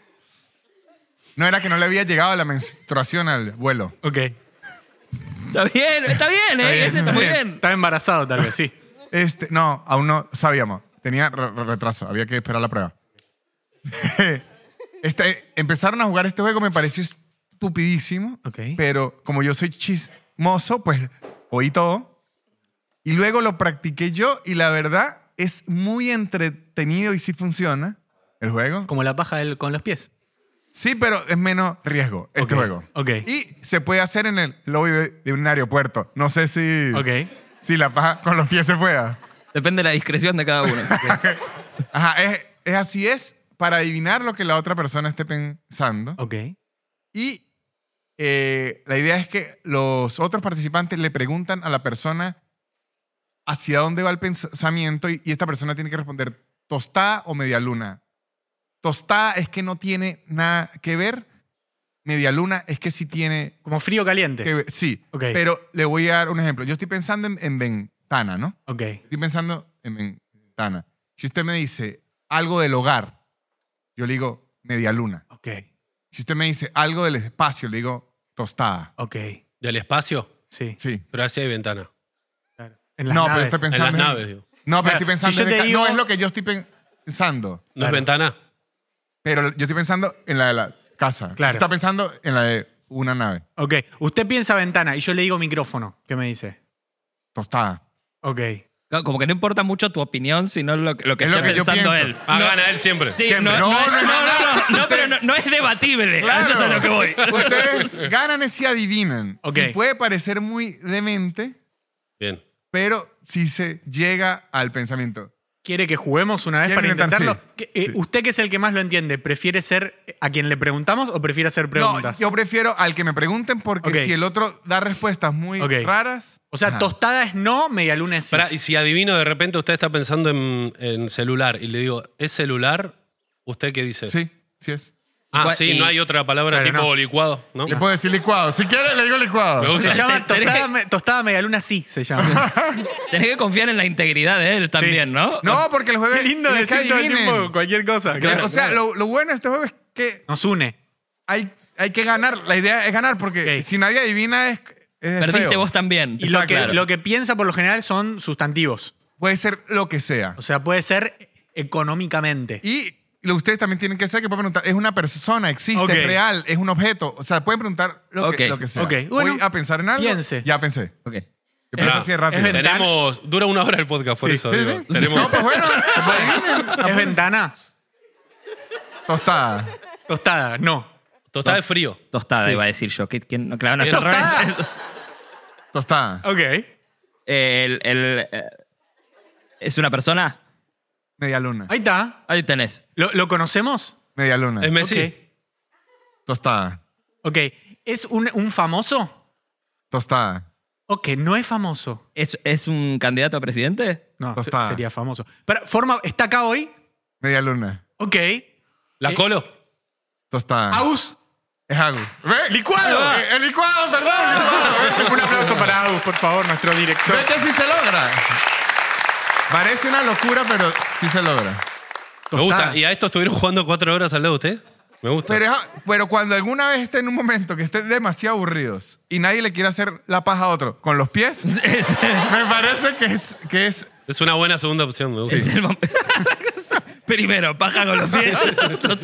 S3: No era que no le había llegado la menstruación al vuelo.
S1: Ok.
S4: Está bien, está bien, ¿eh? Ese está muy bien.
S1: Está embarazado tal vez, sí.
S3: Este, no, aún no sabíamos. Tenía re- re- retraso, había que esperar la prueba. Este, empezaron a jugar este juego, me pareció estupidísimo.
S1: Ok.
S3: Pero como yo soy chismoso, pues oí todo. Y luego lo practiqué yo y la verdad es muy entretenido y sí funciona el juego.
S1: Como la paja del- con los pies.
S3: Sí, pero es menos riesgo este
S1: Ok,
S3: juego.
S1: ok.
S3: Y se puede hacer en el lobby de un aeropuerto. No sé si,
S1: Ok.
S3: si la paja con los pies se pueda.
S4: Depende de la discreción de cada uno.
S3: Ajá, es, es así es para adivinar lo que la otra persona esté pensando.
S1: Ok.
S3: Y eh, la idea es que los otros participantes le preguntan a la persona hacia dónde va el pensamiento y, y esta persona tiene que responder tostada o media luna. Tostada es que no tiene nada que ver, media luna es que sí tiene
S1: Como frío
S3: que
S1: caliente.
S3: ver. Sí,
S1: Ok.
S3: pero le voy a dar un ejemplo. Yo estoy pensando en, en ventana, ¿no?
S1: Ok.
S3: Estoy pensando en ventana. Si usted me dice algo del hogar, yo le digo media luna.
S1: Ok.
S3: Si usted me dice algo del espacio, le digo tostada.
S1: Ok.
S2: ¿Del espacio?
S1: Sí.
S3: Sí.
S2: Pero así hay ventana.
S1: claro. En las
S3: no,
S1: naves.
S3: pero estoy
S2: En las
S3: pensando. en-
S2: naves, digo.
S3: No, pero
S1: Mira,
S3: estoy pensando.
S1: si yo
S3: en
S1: te
S3: el ca-
S1: digo-
S3: No es lo que yo estoy pen- pensando.
S2: ¿No es
S1: Claro.
S2: ventana?
S3: Pero yo estoy pensando en la de la casa.
S1: Claro.
S3: Está pensando en la de una nave.
S1: Ok. Usted piensa ventana y yo le digo micrófono. ¿Qué me dice?
S3: Tostada.
S1: Ok.
S4: Claro, Como que no importa mucho tu opinión, sino lo, que- lo que
S3: Es lo
S4: esté
S3: que yo
S4: pensando
S3: pienso.
S4: él.
S2: Ah,
S4: No,
S2: gana él siempre.
S4: sí,
S3: Siempre.
S4: no, no,
S3: No,
S4: es-
S3: no,
S4: no, no, no, no,
S3: usted-
S4: pero no, no es debatible. A Eso es a lo que voy.
S3: Ustedes ganan es si adivinan.
S1: Ok.
S3: Y puede parecer muy demente,
S2: Bien.
S3: pero si se llega al pensamiento.
S1: ¿Quiere que juguemos una vez
S3: Quiero
S1: para
S3: intentar,
S1: intentarlo?
S3: sí.
S1: ¿Qué- eh,
S3: Sí.
S1: ¿Usted que es el que más lo entiende, prefiere ser a quien le preguntamos o prefiere hacer preguntas?
S3: No, yo prefiero al que me pregunten porque
S1: Ok.
S3: si el otro da respuestas muy
S1: Ok.
S3: raras.
S1: o sea,
S3: Ajá.
S1: tostada es no, media luna es sí.
S2: Pará, y si adivino de repente usted está pensando en, en celular y le digo, ¿es celular? ¿Usted qué dice?
S3: Sí, sí es.
S2: Ah,
S4: Igual-
S2: sí,
S4: y-
S2: no hay otra palabra
S1: Claro,
S2: tipo
S1: no.
S2: licuado, ¿no?
S3: Le puedo decir licuado. Si quieres, le digo
S2: Me
S3: licuado.
S2: gusta.
S1: Se llama
S4: Tenés que-
S1: tostada, me- tostada medialuna sí, se llama.
S4: Tenés que confiar en la integridad de él también, ¿no?
S3: No, porque el jueves.
S1: Qué lindo
S3: es que
S1: decir todo el
S3: adivinen.
S1: tiempo cualquier cosa.
S3: Pero,
S1: claro.
S3: o sea, lo, lo bueno de este juego es que
S1: Nos une.
S3: hay, hay que ganar. La idea es ganar, porque
S1: Ok.
S3: si nadie adivina es. es
S4: Perdiste
S3: feo.
S4: vos también.
S1: Y lo
S3: Está
S1: que,
S3: claro.
S1: lo que piensa por lo general son sustantivos.
S3: Puede ser lo que sea.
S1: O sea, puede ser económicamente.
S3: Y lo ustedes también tienen que saber que pueden preguntar, ¿es una persona? ¿Existe?
S1: Ok.
S3: ¿Es real? ¿Es un objeto? O sea, pueden preguntar lo, que,
S4: Ok.
S3: lo que sea.
S1: Ok, bueno,
S3: Voy a pensar en algo.
S1: piense.
S3: Ya pensé.
S4: Ok.
S3: Yo pienso
S2: Ah,
S3: así de rápido.
S1: es ventana.
S2: Tenemos. Dura una hora el podcast, por
S1: Sí,
S2: eso.
S3: Sí,
S2: digo.
S3: sí.
S2: Tenemos,
S3: No, pues bueno. Ah,
S1: ¿Es ventana?
S3: Tostada.
S1: Tostada, no.
S2: Tostada de frío.
S4: Tostada, iba a decir yo. ¿Qué- quién? No, claro, no es al
S1: Tostada.
S4: revés.
S3: Tostada.
S1: Ok.
S4: El- el, eh, ¿Es una persona?
S3: Media luna.
S1: Ahí está.
S4: Ahí tenés.
S1: ¿Lo, lo conocemos?
S3: Media luna.
S2: Es
S1: Pues
S2: Messi.
S3: Tostada.
S1: Ok. ¿Es un, un famoso?
S3: Tostada.
S1: Ok, no es famoso.
S4: ¿Es, es un candidato a presidente?
S1: No, se-
S3: Tostada.
S1: sería famoso. Pero, forma, ¿Está acá hoy?
S3: Media luna.
S1: Ok.
S2: La
S1: Eh,
S2: colo.
S3: Tostada.
S1: Aus.
S3: Es Agus. ¿Ve?
S1: ¡Licuado!
S3: Eh, El licuado, perdón. el licuado.
S1: Un aplauso para Agus, por favor, nuestro director.
S3: Ve que sí se logra. Parece una locura, pero sí se logra.
S2: Me gusta.
S1: Tostada.
S2: ¿Y a esto estuvieron jugando cuatro horas al lado de usted? Me gusta.
S3: Pero, es- pero cuando alguna vez esté en un momento que estén demasiado aburridos y nadie le quiere hacer la paja a otro con los pies,
S4: Es,
S3: me parece que es, que es
S2: es una buena segunda opción, me gusta.
S4: es el momento. Primero, paja con los pies.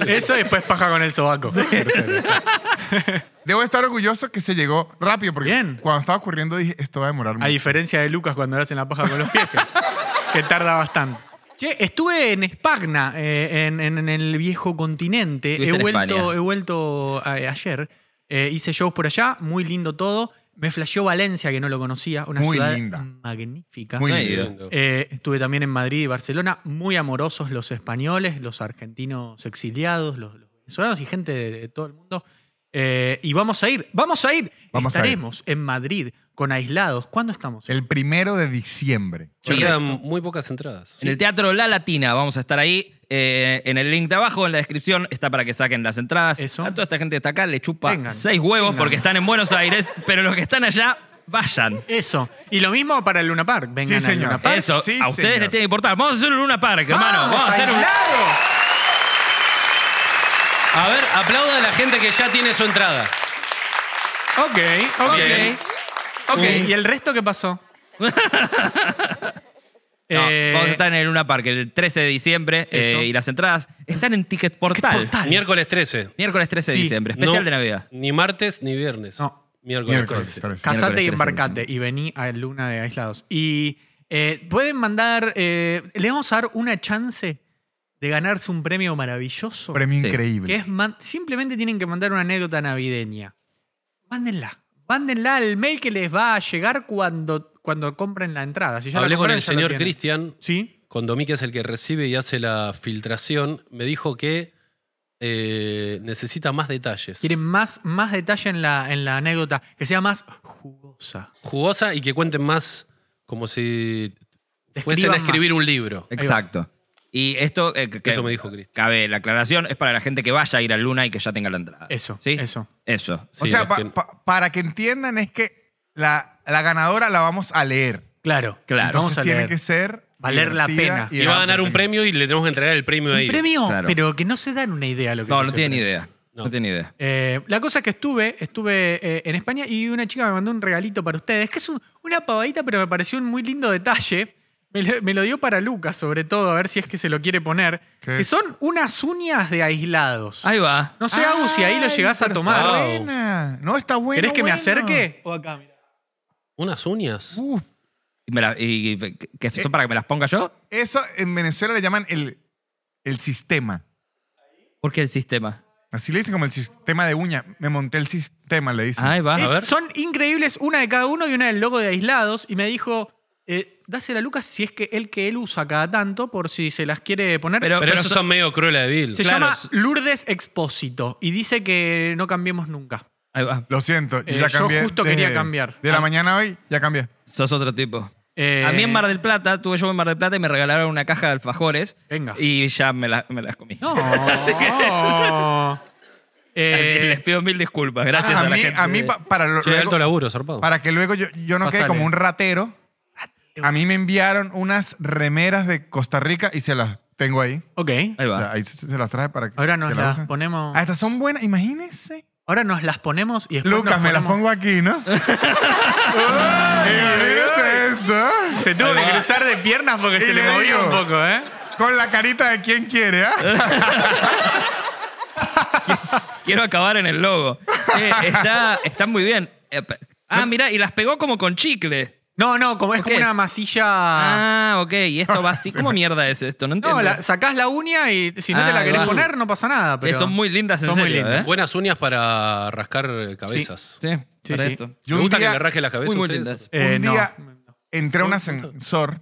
S1: Eso y después paja con el sobaco. Tercero.
S3: Debo estar orgulloso que se llegó rápido, porque
S1: Bien.
S3: cuando estaba ocurriendo dije, esto va a demorar
S1: A
S3: mucho.
S1: diferencia de Lucas cuando le hacen la paja con los pies, que- que tarda bastante. Che, estuve en Espagna, eh, en, en- en el viejo continente. He
S4: Estuviste en
S1: vuelto,
S4: España.
S1: he vuelto a- ayer. Eh, hice shows por allá, muy lindo todo. Me flasheó Valencia, que no lo conocía. Una
S3: Muy
S1: ciudad
S3: linda.
S1: magnífica.
S3: Muy
S4: No hay
S3: lindo.
S4: idea.
S1: Eh, estuve también en Madrid y Barcelona, muy amorosos los españoles, los argentinos exiliados, los, los venezolanos y gente de, de todo el mundo. Eh, y vamos a ir, vamos a ir.
S3: Vamos a ir.
S1: Estaremos en Madrid con aislados. ¿Cuándo estamos?
S3: El primero de diciembre.
S2: Sí, quedan muy pocas entradas.
S4: En el Teatro La Latina vamos a estar ahí. eh, en el link de abajo, en la descripción, está para que saquen las entradas.
S1: Eso.
S4: A toda esta gente que está acá le chupa
S1: Vengan.
S4: seis huevos
S1: Vengan.
S4: porque están en Buenos Aires, pero los que están allá, vayan.
S1: Eso. Y lo mismo para el Luna Park. Vengan
S3: Sí,
S1: al
S3: señor.
S1: Luna Park.
S4: Eso,
S3: sí,
S4: a ustedes
S3: señor.
S4: les tiene que importar. Vamos a hacer un Luna Park, hermano. Vamos, a hacer un...
S1: aislados!
S2: A ver, aplauda a la gente que ya tiene su entrada.
S1: Ok, ok.
S2: Bien.
S1: Ok,
S4: Bien.
S1: ¿y el resto qué pasó?
S4: No,
S1: Eh,
S4: vamos a estar en el Luna Park el 13 de diciembre
S1: Eso.
S4: eh, y las entradas están en Ticket Portal.
S1: Portal.
S2: Miércoles 13.
S4: Miércoles 13 de
S1: Sí.
S4: diciembre, especial
S2: No,
S4: de Navidad.
S2: Ni martes ni viernes.
S1: No.
S2: Miércoles,
S3: Miércoles.
S2: 13.
S3: parece.
S1: Casate
S4: Miércoles
S1: y
S4: 13 de
S1: embarcate y vení a Luna de Aislados. Y eh, pueden mandar, eh, le vamos a dar una chance de ganarse un premio maravilloso.
S3: Premio
S4: Sí.
S1: que
S3: increíble.
S1: es man- simplemente tienen que mandar una anécdota navideña. Mándenla. Mándenla al mail que les va a llegar cuando, cuando compren la entrada. Si ya la
S2: Hablé con
S1: compraron,
S2: el
S1: ya la
S2: señor
S1: tienen.
S2: Cristian,
S1: Sí.
S2: Condomí, que es el que recibe y hace la filtración. Me dijo que eh, necesita más detalles.
S1: Quieren más, más detalle en la, en la anécdota, que sea más jugosa.
S2: Jugosa y que cuenten más como si fuesen
S1: Describan
S2: a escribir
S1: más.
S2: un libro.
S4: Exacto. Y esto, eh, que, que-
S2: Eso me dijo Cristian.
S4: Cabe la aclaración, es para la gente que vaya a ir al Luna y que ya tenga la entrada.
S1: Eso,
S4: ¿Sí?
S1: eso.
S4: Eso.
S3: o
S2: Sí,
S3: sea,
S2: los
S3: pa-
S2: tiene.
S3: pa- para que entiendan es que la, la ganadora la vamos a leer.
S1: Claro,
S4: Claro.
S1: Vamos
S3: Entonces
S1: a
S3: tiene
S1: leer.
S3: que ser...
S1: Valer la
S3: divertida
S1: pena.
S2: Y va a ganar un
S3: entretenida.
S2: premio y le tenemos que entregar el premio
S1: Un
S2: ahí.
S1: premio,
S4: Claro.
S1: pero que no se dan una idea lo que
S4: No,
S1: es
S4: no
S1: ese
S4: tiene ni
S1: premio.
S4: idea. No,
S2: No.
S4: tiene ni idea.
S1: Eh, la cosa es que estuve, estuve eh, en España y una chica me mandó un regalito para ustedes, que es un- una pavadita, pero me pareció un muy lindo detalle. Me lo, me lo dio para Lucas, sobre todo, a ver si es que se lo quiere poner.
S3: ¿Qué?
S1: Que son unas uñas de aislados.
S4: Ahí va.
S1: no sé, Agus, si ahí lo
S3: Ay,
S1: llegás a
S3: pero
S1: tomar.
S3: Está
S2: Wow.
S3: buena. No, está bueno.
S1: ¿Querés que me
S3: bueno.
S1: acerque?
S2: Unas uñas.
S3: Uf,
S4: Y, me la- y- y- que son para que me las ponga yo.
S3: eso en Venezuela le llaman el, el sistema.
S4: ¿Por qué el sistema?
S3: Así le dicen como el sistema de uña. Me monté el sistema, le dicen.
S4: Ahí va.
S1: Es-
S4: A ver.
S1: son increíbles, una de cada uno y una del logo de aislados. Y me dijo, eh, dásela a Lucas si es que él que él usa cada tanto, por si se las quiere poner.
S4: Pero-
S2: Pero esos
S4: son-
S2: son medio crueles de Bill.
S1: se
S4: claro,
S1: llama
S4: es-
S1: Lourdes Expósito y dice que no cambiemos nunca.
S4: Ahí va.
S3: Lo siento, yo
S1: Eh,
S3: ya
S1: yo
S3: cambié.
S1: justo
S3: desde-
S1: quería cambiar. Ah.
S3: De la mañana a hoy, ya cambié.
S4: Sos otro tipo.
S1: Eh,
S4: a mí en Mar del Plata, tuve yo en Mar del Plata y me regalaron una caja de alfajores.
S1: Venga.
S4: Y ya me, la- me las comí.
S1: No.
S4: Así que
S1: Eh,
S4: les pido mil disculpas. Gracias a,
S3: Ah, a
S4: la
S3: mí,
S4: gente.
S3: a mí
S4: de-
S3: pa- para, lo-
S2: Che,
S3: luego-
S2: alto laburo, zarpado.
S3: para que luego yo, yo no quede
S1: Pásale.
S3: como un ratero, a mí me enviaron unas remeras de Costa Rica y se las tengo ahí.
S1: ok.
S4: Ahí
S3: O sea,
S4: va.
S3: ahí se, se las traje para que
S1: Ahora nos
S3: que la
S1: las
S3: usen.
S1: ponemos.
S3: Ah, estas son buenas, imagínense.
S1: Ahora nos las ponemos y después.
S3: Lucas,
S1: nos
S3: me las
S1: ponemos-
S3: pongo aquí, ¿no? Imagínense esto.
S1: Se tuvo que cruzar de piernas porque
S3: Y
S1: se le
S3: le
S1: movió
S3: digo.
S1: un poco, ¿eh?
S3: Con la carita de quien quiere, ¿ah?
S4: Quiero acabar en el logo. Sí, está, está muy bien. Epa. Ah, mira, y las pegó como con chicle.
S1: No, no, como es
S4: ¿O
S1: como
S4: qué
S1: una
S4: es?
S1: masilla.
S4: Ah, ok. Y esto va así. ¿Cómo mierda es esto? No entiendo.
S1: no, la- sacás la uña y si no
S4: Ah,
S1: te la
S4: ahí
S1: querés
S4: va.
S1: poner, no pasa nada.
S4: Sí,
S1: Pero...
S4: son muy lindas en
S1: son muy
S4: serio,
S1: lindas.
S4: ¿eh?
S2: Buenas uñas para rascar eh, cabezas.
S4: Sí,
S1: Sí,
S4: para
S1: sí.
S4: esto.
S3: Yo
S2: ¿Me
S3: un
S2: gusta
S3: día-
S2: que le raje la cabeza
S4: Muy,
S2: a
S4: muy
S2: ustedes?
S4: lindas.
S1: Eh,
S3: un
S1: no.
S3: día entré a un ascensor.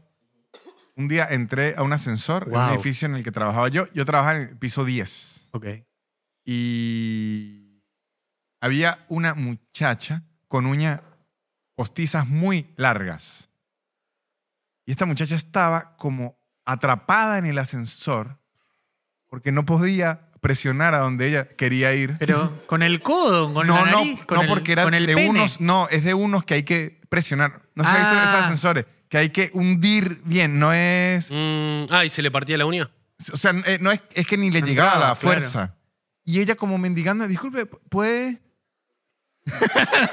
S3: Un día entré a un ascensor en
S1: Wow.
S3: un edificio en el que trabajaba yo. Yo trabajaba en el piso 10.
S1: Ok.
S3: Y había una muchacha con uñas postizas muy largas. Y esta muchacha estaba como atrapada en el ascensor porque no podía presionar a donde ella quería ir.
S1: Pero con el codo, con
S3: no,
S1: la nariz,
S3: no,
S1: con
S3: no,
S1: el,
S3: porque era
S1: con el
S3: de
S1: pene.
S3: unos, no, es de unos que hay que presionar. No sé, si has visto
S1: Ah.
S3: esos ascensores que hay que hundir bien, no es,
S2: Mm, ah, ¿y se le partía la uña?
S3: o sea, eh, no es, es que ni le
S1: No
S3: llegaba
S1: entraba,
S3: la fuerza. Y ella como mendigando, disculpe, ¿puede?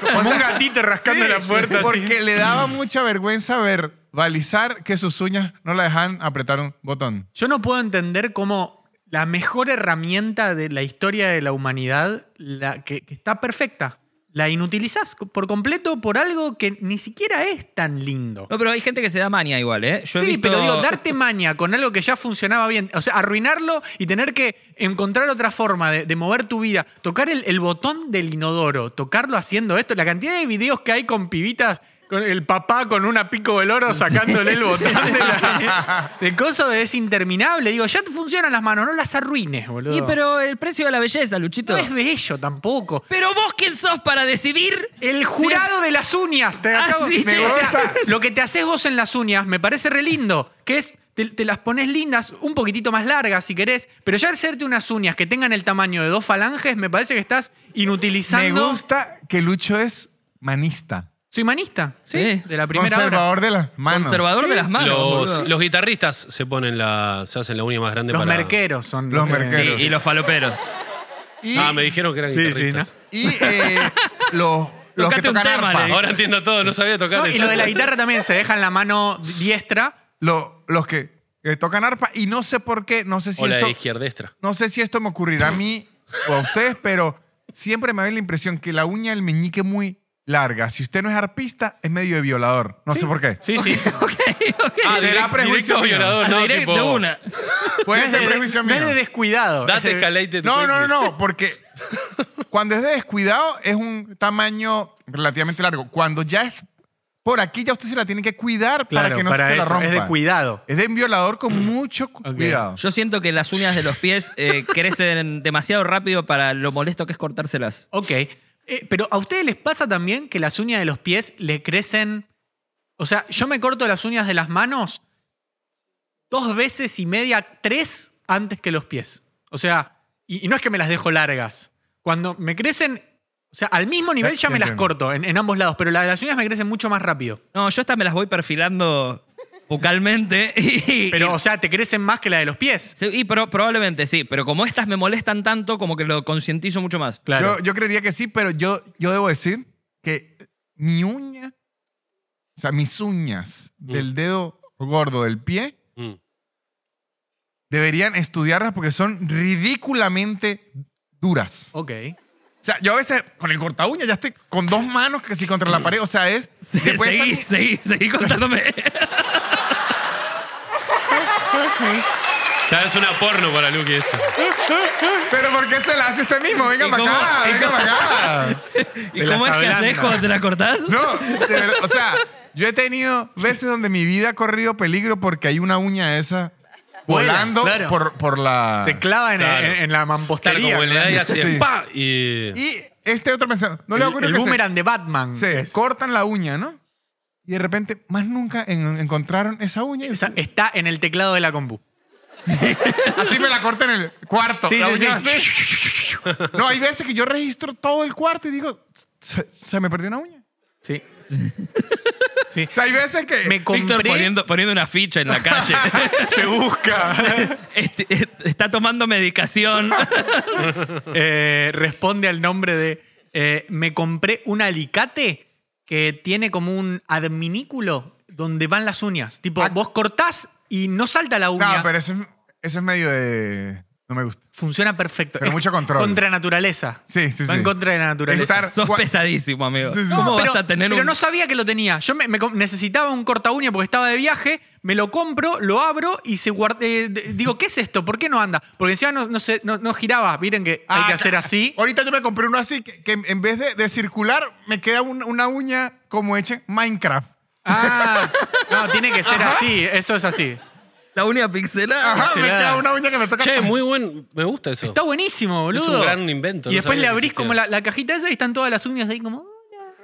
S1: Como un gatito rascando
S3: Sí,
S1: la puerta. así.
S3: porque le daba mucha vergüenza verbalizar que sus uñas no la dejaban apretar un botón.
S1: Yo no puedo entender cómo la mejor herramienta de la historia de la humanidad, la que, que está perfecta, la inutilizás por completo por algo que ni siquiera es tan lindo.
S4: No, pero hay gente que se da maña igual, ¿eh? Yo he
S1: sí,
S4: visto-
S1: pero digo, darte maña con algo que ya funcionaba bien, o sea, arruinarlo y tener que encontrar otra forma de, de mover tu vida, tocar el, el botón del inodoro, tocarlo haciendo esto, la cantidad de videos que hay con pibitas, con el papá con una pico del oro sacándole el botón de, la, de coso es interminable. Digo, ya te funcionan las manos, no las arruines, boludo.
S4: Y pero el precio de la belleza, Luchito.
S1: No es bello tampoco.
S4: Pero vos quién sos para decidir.
S1: El jurado de las uñas. Te
S4: Ah,
S1: acabo-
S4: sí,
S1: me
S4: che.
S1: gusta. Lo que te haces vos en las uñas me parece re lindo. Que es, te, te las pones lindas, un poquitito más largas si querés. Pero ya hacerte unas uñas que tengan el tamaño de dos falanges, me parece que estás
S3: Me
S1: inutilizando.
S3: gusta que Lucho es manista.
S1: Soy manista, sí,
S4: Sí.
S1: de la primera hora.
S3: Conservador de las manos.
S4: Conservador de las manos. boludo.
S2: los, los guitarristas se ponen la. se hacen la uña más grande
S1: Los
S2: para.
S1: merqueros son
S3: Los
S1: que-
S4: Sí,
S3: merqueros.
S4: y los faloperos.
S3: Y,
S2: Ah, me dijeron que eran
S1: Sí, sí,
S2: guitarristas.
S3: y, eh, los, los que
S4: Tocate un
S3: tocan
S4: tema,
S3: arpa.
S4: le
S2: Ahora entiendo todo, no sabía tocar
S1: No,
S2: el
S1: y lo de la
S2: saxo.
S1: guitarra también, se dejan la mano diestra.
S3: Lo- los que, que tocan arpa y no sé por qué, no sé si
S2: O la
S3: esto,
S2: de izquierdestra.
S3: no sé si esto me ocurrirá a mí o a ustedes, pero siempre me da la impresión que la uña del meñique es muy larga. Si usted no es arpista, es medio de violador. No sé por qué.
S1: Sí, sí.
S2: Ah,
S3: Será
S2: direct-
S3: prejuicio
S2: directo
S3: mío.
S2: violador, no,
S4: Direct-
S2: tipo,
S4: Ah, de una.
S1: No
S3: Puede
S1: es de-
S3: ser prejuicio
S1: no
S3: mío.
S1: es de descuidado.
S2: Date
S1: Es de-
S2: escalated
S3: No, no, no,
S2: quickly.
S3: no, porque cuando es de descuidado es un tamaño relativamente largo. Cuando ya es por aquí, ya usted se la tiene que cuidar
S1: Claro,
S3: para que no
S1: para
S3: se la
S1: eso,
S3: rompa.
S1: es de cuidado.
S3: Es de un violador con mucho cu- cuidado.
S4: Yo siento que las uñas de los pies eh, crecen demasiado rápido para lo molesto que es cortárselas.
S1: Ok. Eh, pero a ustedes les pasa también que las uñas de los pies le crecen. O sea, yo me corto las uñas de las manos dos veces y media, tres antes que los pies. O sea, y, y no es que me las dejo largas. Cuando me crecen, o sea, al mismo nivel
S3: Ya-
S1: ya
S3: ya
S1: me las
S3: entiendo.
S1: corto en, en ambos lados, pero la de las uñas me crecen mucho más rápido.
S4: No, yo estas me las voy perfilando bucalmente. Y,
S1: Pero,
S4: y-
S1: o sea, te crecen más que la de los pies.
S4: sí, y pro- probablemente sí, pero como estas me molestan tanto, como que lo concientizo mucho más.
S1: Claro.
S3: Yo, yo creería que sí, pero yo, yo debo decir que mi uña, o sea, mis uñas del dedo gordo del pie
S2: Mm.
S3: deberían estudiarlas porque son ridículamente duras.
S1: Ok.
S3: O sea, yo a veces con el corta uña ya estoy con dos manos casi contra la pared. O sea, es.
S4: Se-
S3: le puede
S4: seguí,
S3: salir-
S4: seguí, seguí contándome.
S2: Ya es una porno para Luke esto.
S3: Pero ¿por qué se la hace usted mismo? Venga
S4: ¿Y
S3: para
S4: cómo?
S3: acá,
S4: ¿Y
S3: venga
S4: cómo?
S3: para acá.
S4: ¿Y
S1: Te
S4: cómo es
S1: las
S4: que haces
S1: ablanda.
S4: cuando te la cortás?
S3: No, de verdad, o sea, yo he tenido veces donde mi vida ha corrido peligro porque hay una uña esa
S1: Vuela,
S3: volando
S1: claro.
S3: por, por la.
S1: Se clava en,
S2: Claro.
S1: en- en la
S2: Claro,
S1: mampostería.
S2: como le da y así,
S3: Sí.
S2: ¡pa! Y.
S3: Y este otro pensando, no
S1: el
S3: le ocurre
S1: el
S3: que se-
S1: boomerang de Batman.
S3: se,
S1: Es-
S3: cortan la uña, ¿no? Y de repente, más nunca en- encontraron esa uña. y-
S1: esa- está en el teclado de la compu.
S3: Así me la corta en el cuarto.
S1: Sí,
S3: La
S1: sí,
S3: uña
S1: sí.
S3: así. No, hay veces que yo registro todo el cuarto y digo, se, se me perdió una uña.
S1: Sí. Sí.
S3: O sea, hay veces que
S1: Me
S5: Víctor
S1: compré.
S5: poniendo, poniendo una ficha en la calle.
S1: Se busca.
S5: Este, este, está tomando medicación.
S1: Eh, responde al nombre de. eh, me compré un alicate que tiene como un adminículo donde van las uñas. Tipo,
S3: Ah.
S1: vos cortás y no salta la uña.
S3: No, pero eso, es- eso es medio de... No me gusta.
S1: Funciona perfecto.
S3: Pero
S1: Es
S3: mucho control.
S1: Contra naturaleza.
S3: Sí, sí,
S1: Va
S3: sí.
S1: en contra de la naturaleza.
S3: Estar-
S5: Sos
S3: Gua-
S5: pesadísimo, amigo.
S3: Sí, sí, sí.
S5: ¿Cómo
S3: No,
S5: vas a tener
S1: pero
S5: un.?
S1: no sabía que lo tenía. Yo me, me com- necesitaba un corta uña porque estaba de viaje, me lo compro, lo abro y se guarda. eh, digo, ¿qué es esto? ¿Por qué no anda? Porque encima no, no, se- no- no giraba. Miren que hay
S3: Ah,
S1: que hacer así.
S3: Ahorita yo me compré uno así que, que en vez de, de circular me queda un- una uña como hecha en Minecraft.
S1: Ah, no, tiene que ser así. Eso es así.
S4: La única pixelada.
S3: Ajá, me
S1: será.
S3: queda una uña que me toca.
S2: Che, muy buen. Me gusta eso.
S1: Está buenísimo, boludo.
S2: Es un gran invento,
S1: Y
S2: no
S1: después
S2: sabía
S1: le
S2: que
S1: abrís
S2: existía.
S1: como la, la cajita esa y están todas las uñas ahí como. "Ah".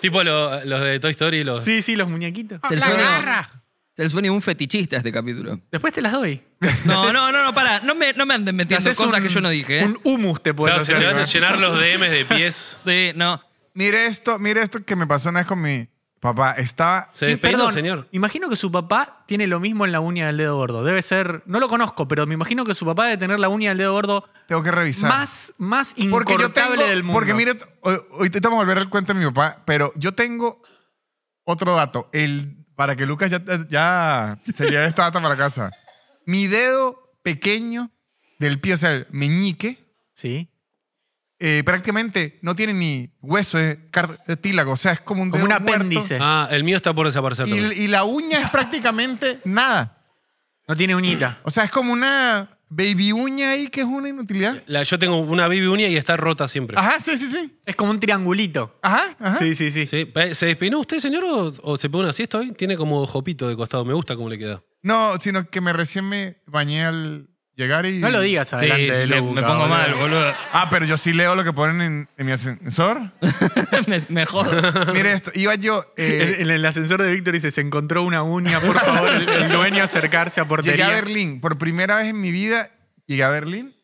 S2: Tipo lo- los de Toy Story, los.
S1: Sí, sí, los muñequitos.
S4: Se le suena- Se le suena un fetichista este capítulo.
S1: Después te las doy.
S4: No, no, no, no, para. No me, no me anden
S1: Te
S4: metiendo
S1: haces
S4: cosas
S1: un-
S4: que yo no dije. ¿eh?
S1: Un humus te puedes
S2: Claro, se
S1: hacer.
S2: te van a
S1: pues, ¿no?
S2: llenar los DMs de pies.
S4: Sí, no.
S3: Mire esto, mire esto que me pasó una vez con mi papá. Estaba.
S2: Se
S1: Y,
S2: despeinó,
S1: perdón,
S2: señor.
S1: Imagino que su papá tiene lo mismo en la uña del dedo gordo. Debe ser, no lo conozco, pero me imagino que su papá debe tener la uña del dedo gordo
S3: Tengo que revisar.
S1: más, más
S3: porque yo
S1: incortable
S3: tengo,
S1: del mundo.
S3: Porque mire, hoy, ahorita vamos a volver al cuento de mi papá, pero yo tengo otro dato. El, para que Lucas ya, ya se lleve esta data para la casa. Mi dedo pequeño del pie, o sea, el meñique,
S1: Sí.
S3: eh, prácticamente no tiene ni hueso, es cartílago, o sea, es como un
S1: Como un
S3: dedo muerto.
S1: apéndice.
S2: Ah, el mío está por desaparecer
S3: Eh. Y,
S2: también.
S3: y la uña es prácticamente nada.
S1: No tiene uñita.
S3: O sea, es como una baby uña ahí que es una inutilidad.
S2: La- yo tengo una Bibi uña y está rota siempre.
S3: Ajá, sí, sí, sí.
S1: Es como un triangulito.
S3: Ajá, ajá.
S1: Sí, sí, sí.
S2: Sí. Eh, ¿Se despeinó usted, señor, o, o se pone una siesta hoy? Tiene como jopito de costado. Me gusta cómo le queda.
S3: No, sino que me recién me bañé al llegar y.
S1: No lo digas
S5: Sí,
S1: adelante de
S5: me, me
S1: Luca,
S5: pongo
S1: boludo.
S5: mal, boludo.
S3: Ah, pero yo sí leo lo que ponen en, en mi ascensor.
S5: me, me jodo.
S3: Mire esto, iba yo.
S1: En,
S3: eh,
S1: en el ascensor de Víctor dice, se encontró una uña, por favor, el, el dueño acercarse a
S3: llegué
S1: portería.
S3: a Berlín. Por primera vez en mi vida llegué a Berlín.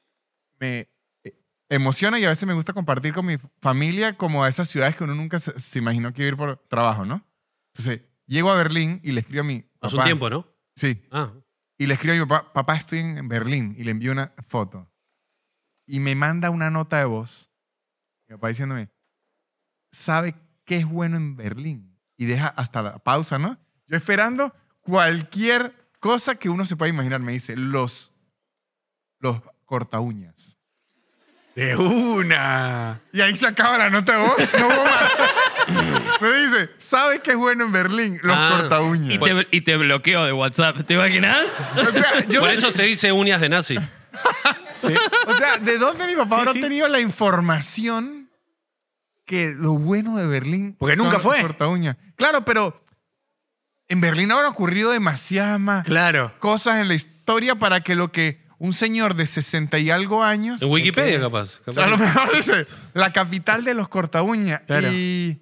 S3: Me eh, emociona y a veces me gusta compartir con mi familia como a esas ciudades que uno nunca se, se imaginó que iba a ir por trabajo, ¿no? Entonces, llego a Berlín y le escribo a mi.
S2: Hace un
S3: papá.
S2: tiempo, ¿no?
S3: Sí.
S2: Ah.
S3: Y le escribo a mi papá, papá, estoy en Berlín. Y le envío una foto. Y me manda una nota de voz. Mi papá diciéndome, ¿sabe qué es bueno en Berlín? Y deja hasta la pausa, ¿no? Yo esperando cualquier cosa que uno se pueda imaginar. Me dice, los, los corta uñas.
S1: De una.
S3: Y ahí se acaba la nota de voz. No hubo más. Me dice, ¿sabe qué es bueno en Berlín? Los
S2: Ah.
S3: corta
S5: Y
S3: uñas.
S5: te, y te bloqueo de WhatsApp. ¿Te imaginas?
S3: O sea, yo-
S2: Por eso se dice uñas de nazi.
S1: Sí.
S3: O sea, ¿de dónde mi papá
S1: Sí,
S3: habrá
S1: sí.
S3: tenido la información que lo bueno de Berlín?
S1: Porque nunca
S3: son
S1: fue.
S3: los cortaúñas? Claro, pero en Berlín habrán ocurrido demasiadas
S1: Claro.
S3: cosas en la historia para que lo que un señor de 60 y algo años.
S1: Uh.
S2: En Wikipedia, capaz.
S3: O
S2: Capaz.
S3: sea, a lo mejor dice la capital de los corta uñas.
S1: Claro.
S3: Y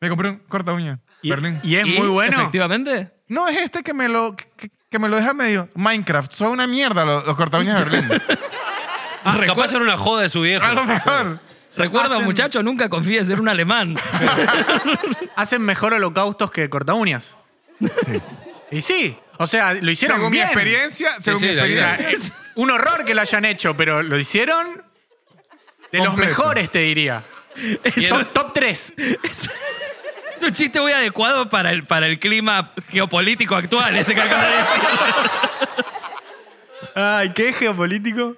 S3: me compré un corta uña.
S1: Y,
S3: Berlín.
S1: y es
S5: Y,
S1: muy bueno.
S5: Efectivamente.
S3: No, es este que me lo, que, que me lo deja medio. Minecraft. Son una mierda los, los corta uñas de Berlín.
S2: Ah, capaz era una joda de su viejo.
S3: A lo mejor.
S5: Recuerda,
S1: Hacen-
S5: muchacho, nunca confíes en un alemán.
S1: Hacen mejor holocaustos que corta uñas. Y sí. O sea, lo hicieron
S3: Según mi
S1: bien.
S3: experiencia, según
S2: sí,
S3: mi
S2: la
S1: O sea,
S3: experiencia.
S1: es un horror que lo hayan hecho, pero lo hicieron de los
S3: Completo.
S1: mejores, te diría. Son top 3.
S5: es un chiste muy adecuado para el, para el clima geopolítico actual, ese que acabas de decir.
S1: Ay, qué geopolítico.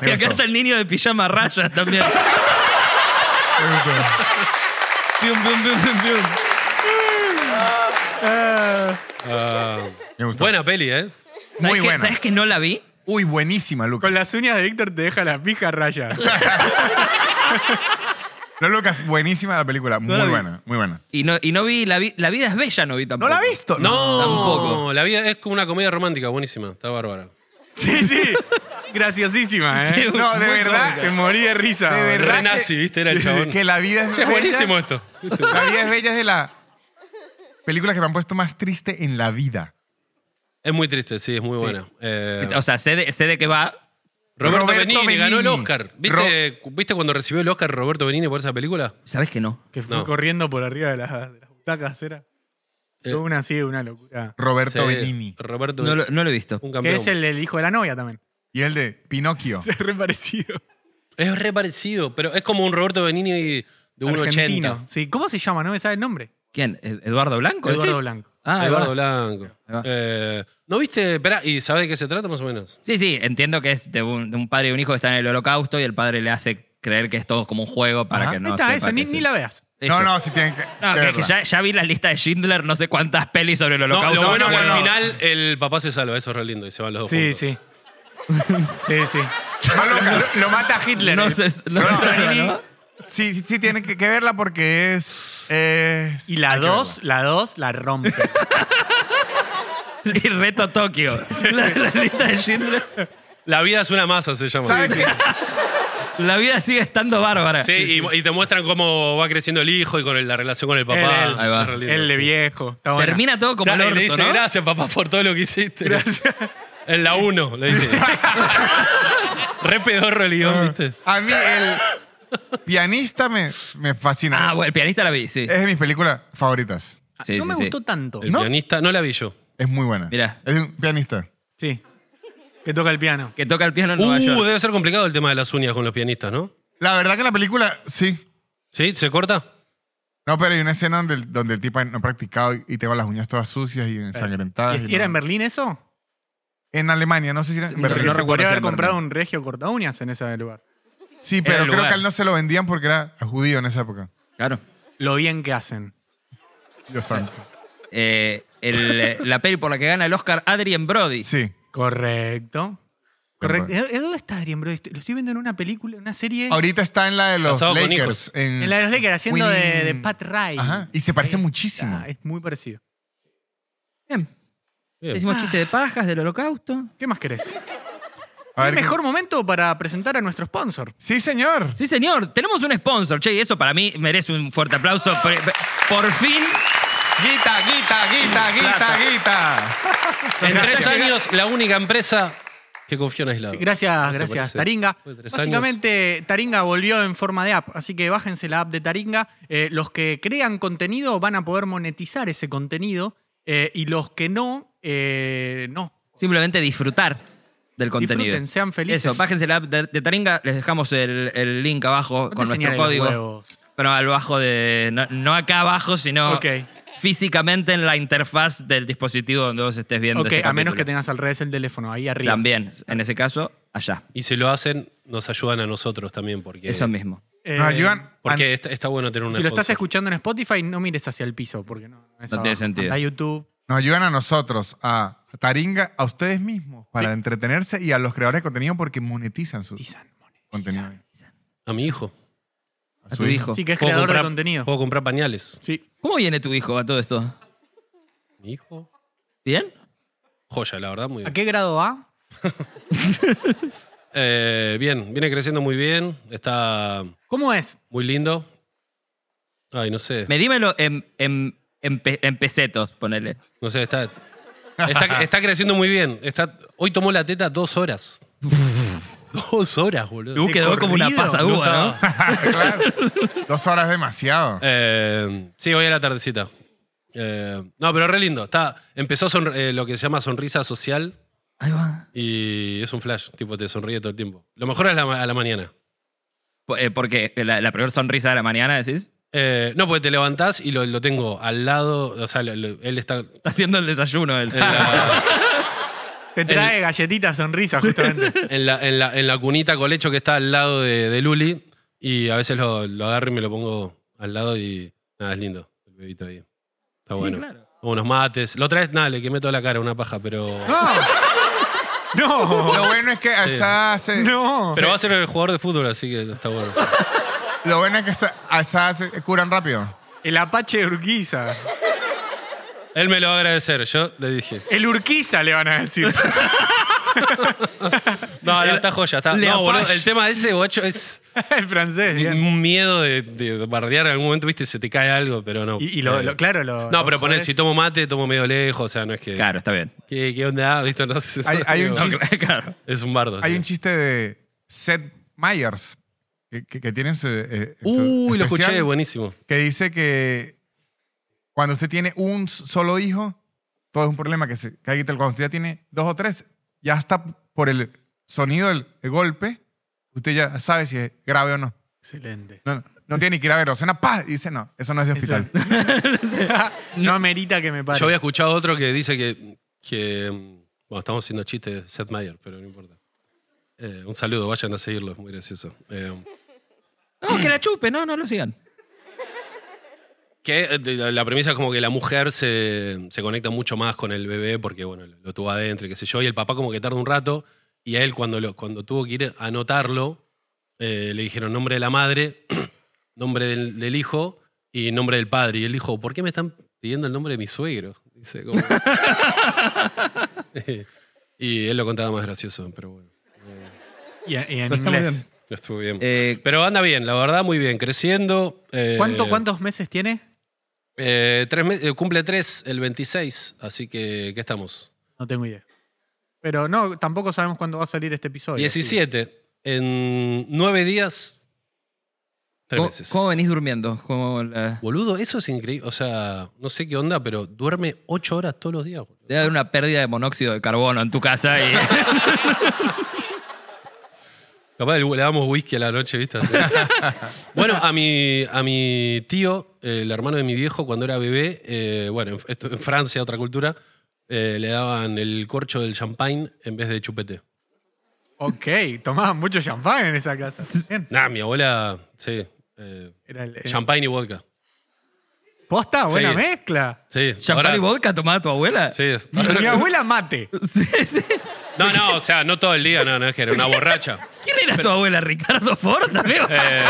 S5: Y acá está el niño de pijama rayas también. Pium, pium, pium, pium, pium.
S2: Ah,
S3: Me gustó.
S2: buena peli, ¿eh?
S3: Muy
S5: ¿Sabes que-
S3: buena.
S5: ¿Sabes que no la vi?
S3: Uy, buenísima, Lucas.
S1: Con las uñas de Víctor te deja la pija raya.
S3: No, Lucas, buenísima la película. muy
S5: la vi.
S3: buena, muy buena.
S5: Y no, y no vi, la, vi- la vida es bella, no vi
S3: ¿No
S5: tampoco.
S3: la has visto?
S2: No,
S5: Tampoco.
S2: La vida es como una comedia romántica, buenísima. Está bárbara.
S1: Sí, sí. Graciosísima, ¿eh?
S3: No, de
S5: Muy
S3: verdad.
S1: Te morí de risa.
S3: De
S1: boludo.
S3: verdad.
S2: Re nazi,
S3: que-
S2: ¿viste? Era el chabón.
S3: Que la vida es
S2: Che, es
S3: bella.
S2: buenísimo esto.
S3: La vida es bella es de las películas que me han puesto más triste en la vida.
S2: Es muy triste, sí, es muy buena. Eh,
S4: O sea, sé de, sé de qué va.
S2: Roberto,
S3: Roberto
S2: Benigni,
S3: Benigni.
S2: ganó el Oscar. ¿Viste, ¿Viste cuando recibió el Oscar Roberto Benigni por esa película?
S4: ¿Sabes que no?
S1: Que fue
S2: No.
S1: corriendo por arriba de las, de las butacas, era.
S2: Eh.
S1: Fue una así, una locura.
S3: Roberto
S2: Sí,
S3: Benini.
S2: Roberto
S4: No lo,
S2: Benigni,
S4: no lo he visto.
S2: un
S1: Que
S2: campeón.
S1: es el, del hijo de la novia también.
S3: Y el de Pinocchio.
S1: Es re parecido.
S2: Es re parecido, pero es como un Roberto Benigni de 1,80.
S1: Argentino. Sí, ¿cómo se llama? No me sabe el nombre.
S4: ¿Quién? ¿E- ¿Eduardo Blanco?
S1: Eduardo
S4: decís?
S1: Blanco.
S4: Ah, ahí
S2: Eduardo
S4: va.
S2: Blanco.
S4: Ahí va.
S2: Eh, ¿No viste? Esperá, ¿y sabés de qué se trata más o menos?
S4: Sí, sí, entiendo que es de un, de un padre y un hijo que están en el holocausto y el padre le hace creer que es todo como un juego para
S3: Ajá.
S4: que
S1: Ahí
S4: no
S1: está,
S4: sepa
S1: esa, ni,
S4: que
S1: ni
S4: sí.
S1: la veas.
S3: No,
S4: Listo.
S3: no, si tienen que.
S4: No, que, que ya, ya vi la lista de Schindler, no sé cuántas pelis sobre el
S2: No,
S4: holocausto.
S2: lo
S3: no,
S2: bueno
S3: no,
S2: es que
S3: no.
S2: al final el papá se salva, eso es re lindo y se van los dos
S1: Sí,
S2: juntos.
S1: sí. sí, sí.
S3: No, loca, lo- lo mata
S1: Hitler.
S4: No
S1: eh.
S4: se- no se sabe, ¿no?
S3: Sí, sí, sí, tienen que, que verla porque es. es-
S1: Y la
S3: hay que
S1: 2, la 2, la rompe.
S4: Y reto Tokio. La, la lista de Schindler.
S2: La vida es una masa, se llama.
S3: verla. ¿Sabes qué?
S4: La vida sigue estando bárbara.
S2: Sí, y, y te muestran cómo va creciendo el hijo y con el- la relación con el papá.
S1: Él, él.
S2: Es
S4: Ahí va.
S2: re lindo,
S1: El de
S2: sí.
S1: viejo. Está buena.
S4: Termina todo como el
S2: Claro, y
S4: orto,
S2: le dice,
S4: ¿no?
S2: gracias papá por todo lo que hiciste. En la 1, le dice. Re pedorro el
S4: Ah.
S2: guión, ¿viste?
S3: A mí el pianista me, me fascina.
S4: Ah, bueno, el pianista la vi, sí.
S3: es de mis películas favoritas.
S4: Sí,
S1: no
S4: sí,
S1: me
S4: sí.
S1: gustó tanto.
S2: El pianista, no la vi yo.
S3: Es muy buena.
S4: Mirá.
S3: Es un pianista.
S1: Sí. Que toca el piano.
S4: Que toca el piano en Nueva
S2: Uh,
S4: York.
S2: debe ser complicado el tema de las uñas con los pianistas, ¿no?
S3: La verdad que la película, sí.
S2: ¿Sí? ¿Se corta?
S3: No, pero hay una escena donde, el- donde el tipo no ha practicado y y te va las uñas todas sucias y ensangrentadas.
S1: ¿Y
S3: y
S1: ¿Era
S3: no.
S1: en Berlín eso?
S3: En Alemania, no sé si era en
S4: No,
S3: Berlín.
S1: Yo
S4: se
S1: recuerdo
S4: conoce
S1: haber
S4: en
S1: comprado
S4: Berlín.
S1: un regio corta uñas en ese lugar.
S3: Sí,
S4: Era
S3: pero
S4: el
S3: creo
S4: lugar.
S3: que a él no se lo vendían porque era judío en esa época.
S4: Claro.
S1: Lo bien que hacen.
S3: Dios santo.
S4: Eh, el- la peli por la que gana el Oscar Adrien Brody.
S3: Sí.
S1: Correcto. Correcto.
S3: Correcto.
S1: ¿Eh, ¿Dónde está Adrien Brody? Estoy- Lo estoy viendo en una película, en una serie.
S3: Ahorita está en la de los
S2: Casado con
S3: Lakers.
S2: hijos.
S3: En,
S1: En la de los Lakers, haciendo de, de
S3: Win.
S1: Pat Ray.
S3: Ajá. Y se parece muchísimo.
S1: es muy parecido.
S4: Bien.
S2: Bien.
S4: Hicimos chiste de pajas, del holocausto.
S1: ¿Qué más querés?
S3: A ver
S1: ¿Qué
S3: qué-
S1: mejor momento para presentar a nuestro sponsor?
S3: Sí, señor.
S4: Sí, señor. Tenemos un sponsor, che, y eso para mí merece un fuerte aplauso. Por, por fin.
S3: Guita, guita, guita, guita, guita.
S2: En tres años, la única empresa que confió en Aislado.
S1: Gracias,
S2: ¿Te
S1: gracias,
S2: parece?
S1: Taringa.
S2: Fue tres
S1: Básicamente, Taringa volvió en forma de app, así que bájense la app de Taringa. Eh, los que crean contenido van a poder monetizar ese contenido eh, y los que no, eh, no.
S4: Simplemente disfrutar del contenido.
S1: Disfruten, sean felices.
S4: Eso, bájense la app de, de Taringa. Les dejamos el, el link abajo
S1: No te
S4: con nuestro
S1: señalen los
S4: código.
S1: huevos.
S4: Pero al bajo de. No, no acá abajo, sino
S1: Ok.
S4: físicamente en la interfaz del dispositivo donde vos estés viendo.
S1: Ok,
S4: este
S1: a menos que
S4: capítulo.
S1: tengas al revés el teléfono, ahí arriba.
S4: También, en ese caso, allá.
S2: Y si lo hacen, nos ayudan a nosotros también, porque,
S4: Eso mismo.
S1: Eh,
S3: Nos ayudan.
S2: porque está, está bueno tener una
S1: Si lo estás
S2: sponsor.
S1: escuchando en Spotify, no mires hacia el piso, porque no, es
S4: No tiene
S1: abajo.
S4: sentido.
S1: Anda A YouTube.
S3: Nos ayudan a nosotros, a Taringa, a ustedes mismos, para entretenerse y a los creadores de contenido porque monetizan su
S1: Tizan, Monet.
S3: contenido.
S2: A mi hijo.
S4: A tu hijo.
S1: Sí, que es
S2: Puedo
S1: creador
S2: comprar-
S1: de contenido.
S2: Puedo comprar pañales.
S1: Sí.
S4: ¿Cómo viene tu hijo a todo esto?
S2: Mi hijo.
S4: ¿Bien?
S2: Joya, la verdad, muy
S1: ¿A
S2: bien.
S1: qué grado va?
S2: Eh, bien, viene creciendo muy bien. Está
S1: ¿Cómo es?
S2: muy lindo. Ay, no sé.
S4: Medímelo en, en, en, pe- en pesetos, ponele.
S2: No sé, está, está, está creciendo muy bien. Está, hoy tomó la teta dos horas. dos horas, boludo.
S4: Uh, quedó como una
S1: corrido?
S4: pasa
S2: No
S4: uva, ¿no?
S2: estaba-
S3: Claro. Dos horas es demasiado.
S2: Eh, sí, hoy a la tardecita. Eh, no, pero re lindo. Está, empezó sonr- eh, lo que se llama sonrisa social
S4: Ahí va.
S2: y es un flash. Tipo, te sonríe todo el tiempo. Lo mejor es la ma- a la mañana.
S4: Po- eh, porque la, la primera sonrisa de la mañana, decís,
S2: Eh, no, porque te levantás y lo, lo tengo al lado. O sea, lo- lo- él está en
S4: está haciendo el desayuno. El,
S2: la,
S1: Te trae galletitas sonrisa, justamente.
S2: en la- en la- en la cunita colecho que está al lado de, de Luli. Y a veces lo, lo agarro y me lo pongo al lado y nada, es lindo. El bebito ahí. Está bueno.
S4: claro.
S2: Unos mates. Lo traes, nada, le quemé toda la cara, una paja, pero.
S1: no,
S3: Lo bueno es que a esa se-
S1: no.
S2: Pero va a ser el jugador de fútbol, así que está bueno.
S3: Lo bueno es que esa- a esa se curan rápido.
S1: El Apache de Urquiza.
S2: Él me lo va a agradecer, yo le dije.
S1: El Urquiza le van a decir.
S2: No, no, está joya. Está,
S1: Le
S2: no, boludo,
S1: apache.
S2: el tema ese, guacho, es
S1: en francés, bien.
S2: un miedo de, de bardear en algún momento, viste, se te cae algo, pero no.
S1: Y, y lo,
S2: Eh,
S1: lo- claro, lo.
S2: no,
S1: lo
S2: pero poner,
S1: jodés.
S2: si tomo mate, tomo medio lejos, o sea, no es que...
S4: Claro, está bien.
S2: ¿Qué, qué onda? Ah, ¿Viste? No sé,
S3: Hay- hay un
S2: digo,
S3: chiste-
S4: claro.
S2: Es un bardo.
S3: Hay
S2: sí.
S3: un chiste de Seth Meyers que, que- que tiene en su. eh, en su
S2: Uy, lo
S3: especial,
S2: escuché, buenísimo.
S3: Que dice que cuando usted tiene un s- solo hijo, todo es un problema que se que hay que tal- Cuando usted ya tiene dos o tres, ya hasta por el sonido del el golpe, usted ya sabe si es grave o no.
S1: Excelente.
S3: No, no tiene ni que ir a verlo. Suena ¡pah! Y dice, no, eso no es de hospital.
S1: no amerita que me pare.
S2: Yo había escuchado otro que dice que. que, mm, bueno, estamos haciendo chistes de Seth Meyer, pero no importa. Eh, un saludo, vayan a seguirlo, es muy gracioso. Eh,
S4: No, que la chupe, no, no lo sigan.
S2: que eh, de- la premisa es como que la mujer se, se conecta mucho más con el bebé porque, bueno, lo, lo tuvo adentro y qué sé yo, y el papá como que tarda un rato, y a él cuando, lo, cuando tuvo que ir a anotarlo, eh, le dijeron nombre de la madre, nombre del, del hijo y nombre del padre. Y él dijo, ¿por qué me están pidiendo el nombre de mi suegro? Dice, como- y él lo contaba más gracioso, pero bueno,
S1: Y, y en
S4: Pero está muy
S1: inglés.
S4: bien.
S2: no estuvo bien.
S4: Eh,
S2: pero anda bien, la verdad, muy bien, creciendo. eh,
S1: ¿Cuánto- ¿Cuántos meses tiene?
S2: eh, tres me- eh, cumple tres el 26, así que ¿qué estamos?
S1: No tengo idea. Pero no, tampoco sabemos cuándo va a salir este episodio.
S2: 17. En nueve días, tres
S4: ¿cómo,
S2: meses.
S4: cómo venís durmiendo? ¿Cómo la-
S2: Boludo, eso es increíble. O sea, no sé qué onda, pero duerme ocho horas todos los días. boludo.
S4: Debe haber una pérdida de monóxido de carbono en tu casa y
S2: Capaz le le damos whisky a la noche, ¿viste? bueno, a mi, a mi tío, el hermano de mi viejo, cuando era bebé, eh, bueno, en, esto- en Francia, otra cultura, eh, le daban el corcho del champagne en vez de chupete.
S1: Ok, tomaban mucho champán en esa casa. Bien.
S2: Nah, mi abuela, sí. eh,
S1: Era el, el-
S2: champagne y vodka.
S1: Posta, buena
S2: Sí.
S1: mezcla.
S2: Sí.
S4: champán
S2: ahora-
S4: y vodka tomaba tu abuela.
S2: Sí.
S1: Y mi abuela mate.
S4: sí, sí.
S2: No, no, o sea, no todo el día, no, no, es que era una borracha.
S4: ¿Quién era tu abuela? Ricardo Ford, amigo.
S2: Eh,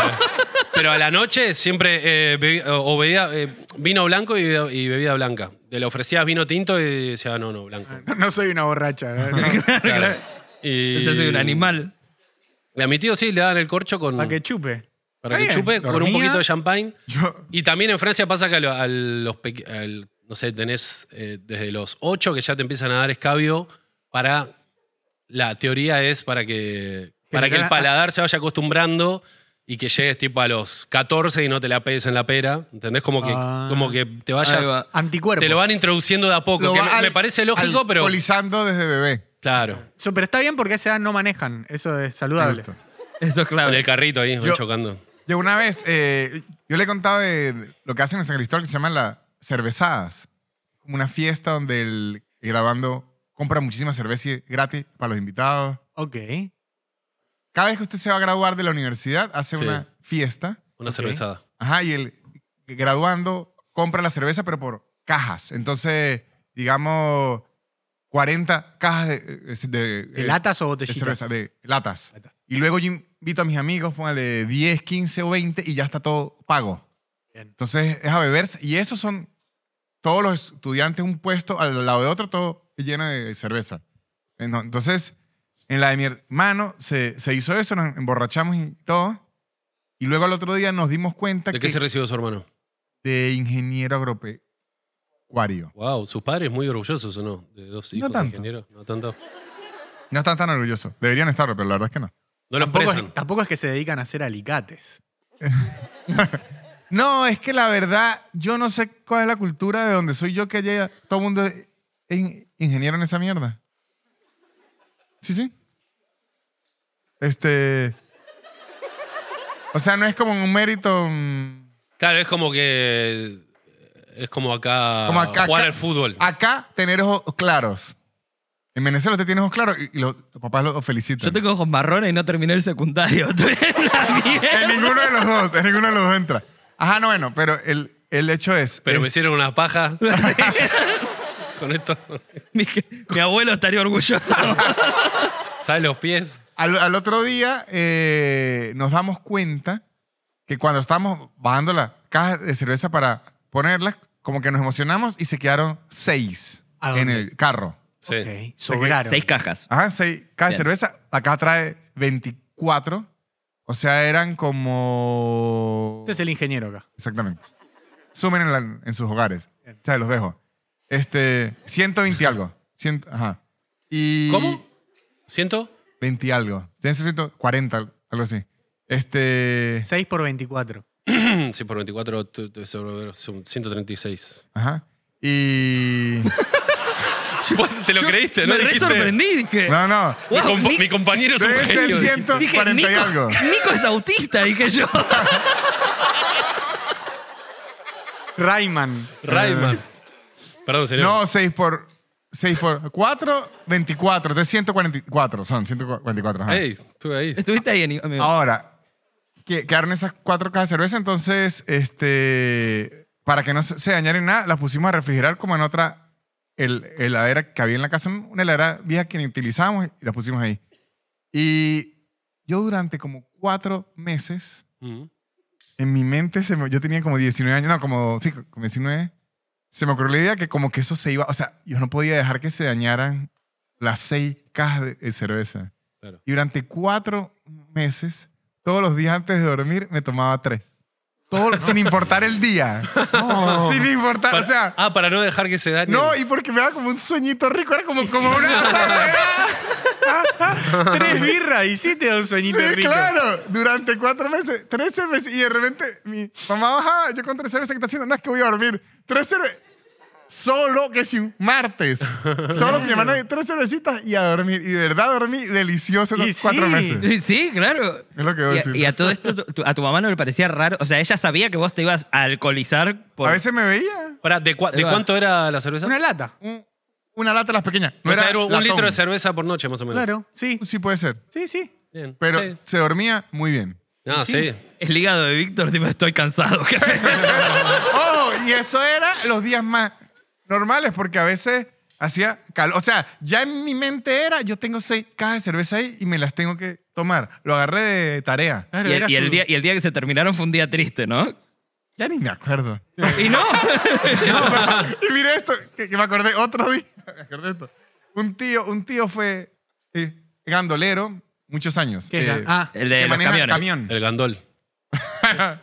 S2: pero a la noche siempre eh, bebi- o bebía eh, vino blanco y, y bebida blanca. Le ofrecías vino tinto y decía, "Ah, no, no, blanco.
S1: No, no soy una borracha. ¿eh?
S2: Claro. Y-
S4: Ese soy un animal.
S2: Y a mi tío sí le dan el corcho con,
S1: Para que chupe.
S2: para que
S1: Está bien,
S2: chupe con un
S1: dormía.
S2: poquito de champagne.
S3: Yo-
S2: Y también en Francia pasa que a lo- a los peque- al- no sé, tenés eh, desde los 8 que ya te empiezan a dar escabio para la teoría es para que para que el
S1: haga-
S2: paladar se vaya acostumbrando y que llegues tipo a los 14 y no te la pegues en la pera, ¿entendés? Como que
S1: Ah.
S2: como que te
S4: Ahí
S2: vayas
S4: va.
S1: Anticuerpos.
S2: te lo van introduciendo de a poco,
S3: lo
S2: que
S3: va
S2: me,
S3: al-
S2: me parece lógico, pero
S3: Alcoholizando desde bebé.
S2: claro.
S1: So, pero está bien porque a esa edad no manejan. Eso es
S3: Me
S1: saludable.
S3: gustó.
S4: Eso es
S2: Con
S4: clave.
S2: el carrito ahí,
S3: Yo-
S2: chocando.
S3: Yo una vez, eh, yo le he contado de, de lo que hacen en San Cristóbal que se llaman las cervezadas. Como una fiesta donde el grabando compra muchísima cerveza y gratis para los invitados.
S1: Ok.
S3: Cada vez que usted se va a graduar de la universidad, hace
S2: Sí.
S3: una fiesta.
S2: Una cervezada.
S3: Ajá, y el graduando compra la cerveza, pero por cajas. Entonces, digamos, 40 cajas de, de-
S1: ¿De
S3: eh,
S1: latas o
S3: de
S1: botellitas?
S3: cerveza, de latas.
S1: Lata.
S3: Y luego yo invito a mis amigos, póngale 10, 15 o 20 y ya está todo pago.
S1: Bien.
S3: Entonces es a beberse. Y esos son todos los estudiantes, un puesto al lado de otro, todo lleno de cerveza. En- Entonces, en la de mi hermano se, se hizo eso, nos emborrachamos y todo. Y luego al otro día nos dimos cuenta
S2: ¿De
S3: que
S2: qué se recibió su hermano?
S3: de ingeniero agropecuario.
S2: Wow, sus padres muy orgullosos o no? De dos hijos de
S3: tanto.
S2: ingenieros. No tanto.
S3: No están tan orgullosos. Deberían estarlo, pero la verdad es que no.
S2: No los
S1: Tampoco
S2: presan.
S1: es, tampoco es que se dedican a hacer alicates.
S3: No, es que la verdad, yo no sé cuál es la cultura de donde soy yo que haya todo el mundo es in- ingeniero en esa mierda. Sí, sí. Este. O sea, no es como un mérito. mm,
S2: Claro, es como que. Es como acá,
S3: como acá,
S2: Ah,
S3: Ah,
S2: jugar
S3: acá-
S2: al fútbol.
S3: Acá tener ojos claros. En Venezuela usted tiene ojos claros y, y los papás lo felicitan.
S4: Yo tengo ojos marrones y no terminé el secundario. Estoy en la mierda.
S3: En ninguno de los dos, en ninguno de los dos entra. Ajá, no, bueno, pero el, el hecho es.
S2: Pero
S3: es-
S2: me hicieron unas pajas. Con estos.
S4: mi, mi abuelo estaría orgulloso.
S2: ¿Sabes los pies?
S3: Al, al otro día eh, nos damos cuenta que cuando estábamos bajando las cajas de cerveza para ponerlas, como que nos emocionamos y se quedaron seis
S1: ¿A
S3: en
S1: dónde?
S3: el carro.
S2: Sí.
S1: Ok, Sobraron.
S4: Seis cajas.
S3: Ajá, seis. Cada
S4: Bien.
S3: cerveza, acá trae 24. O sea, eran como...
S1: Este es el ingeniero acá.
S3: Exactamente. Sumen en, la- en sus hogares. O sea, los dejo. Este, 120 algo. Cien- ajá. Y
S2: ¿Cómo? ¿Siento?
S3: 20 algo. Tienen 140, algo así. Este,
S1: 6 por 24.
S2: Sí, por 24, tu- tu- sobre- son 136.
S3: ajá. Y
S2: ¿Vos te lo creíste? ¿No
S5: Me re
S2: dijiste?
S5: sorprendí. Dije,
S3: no, no.
S2: Mi,
S5: Wow,
S2: compa-
S5: Nick-
S2: mi compañero es un
S3: Debe ser
S2: genio. dije.
S3: 140 y
S5: Nico,
S3: algo.
S5: Nico es autista, dije yo.
S1: Rayman.
S2: Rayman. Perdón, señor.
S3: Ah. No, 6 por 6 por 4, 24, entonces 144 son 144, ajá.
S2: Ey, estuve ahí.
S5: Estuviste ahí, Nico,
S3: Ah,
S5: amigo.
S3: Ahora, que- quedaron esas cuatro cajas de cerveza, entonces, este, para que no se se dañaran nada, las pusimos a refrigerar como en otra hel- heladera que había en la casa, un- una heladera vieja que ni utilizamos y las pusimos ahí. Y yo durante como cuatro meses,
S2: Mm.
S3: en mi mente, se me- yo tenía como 19 años, no, como, sí, como 19, se me ocurrió la idea que como que eso se iba, o sea, yo no podía dejar que se dañaran las seis cajas de, de cerveza.
S2: Claro.
S3: Y durante cuatro meses, todos los días antes de dormir, me tomaba tres. Todo, sin importar el día. Sin importar,
S2: Para-
S3: o sea...
S2: ah, para no dejar que se dañe.
S3: No, y porque me daba como un sueñito rico, era como, como una...
S1: Tres birras y sí te da un sueñito
S3: Sí,
S1: rico.
S3: claro. Durante cuatro meses, tres cervezas. Y de repente mi mamá bajaba, yo con tres cervezas, ¿qué está haciendo? No, es que voy a dormir. Tres cervezas. Solo que sin martes. Solo sin semana. Tres cervecitas y a dormir. Y de verdad dormí delicioso
S1: Y
S3: los cuatro
S1: sí.
S3: meses.
S4: Sí, claro.
S3: Es lo que voy a
S4: Y
S3: decir.
S4: a, y a todo esto, tu- a tu mamá no le parecía raro. O sea, ella sabía que vos te ibas a alcoholizar por.
S3: A veces me veía
S2: Pará, ¿de, cua- de
S4: Ahí va.
S2: cuánto era la cerveza?
S1: Una lata.
S3: un- una lata de las pequeñas. No
S2: O sea,
S3: era
S2: era un
S3: latón.
S2: litro de cerveza por noche, más o menos.
S1: Claro, sí.
S3: Sí puede ser.
S1: Sí, sí.
S2: Bien.
S3: Pero
S2: Sí.
S3: se dormía muy bien.
S2: Ah, sí.
S4: El hígado de Víctor, tipo, estoy cansado.
S3: Ojo, y eso era los días más normales, porque a veces hacía calor. O sea, ya en mi mente era, yo tengo seis cajas de cerveza ahí y me las tengo que tomar. Lo agarré de tarea.
S1: Claro,
S4: y,
S1: era
S4: el, y el
S1: su-
S4: día, y el día que se terminaron fue un día triste, ¿no?
S3: Ya ni me acuerdo.
S4: Y no.
S3: y mire esto, que, que me acordé otro día. Me acordé esto. Un tío, un tío fue eh, gandolero muchos años.
S1: ¿Qué es
S3: eh,
S1: la- ah,
S4: El
S3: que
S4: de los
S3: maneja
S4: camiones.
S3: camión.
S2: El gandol.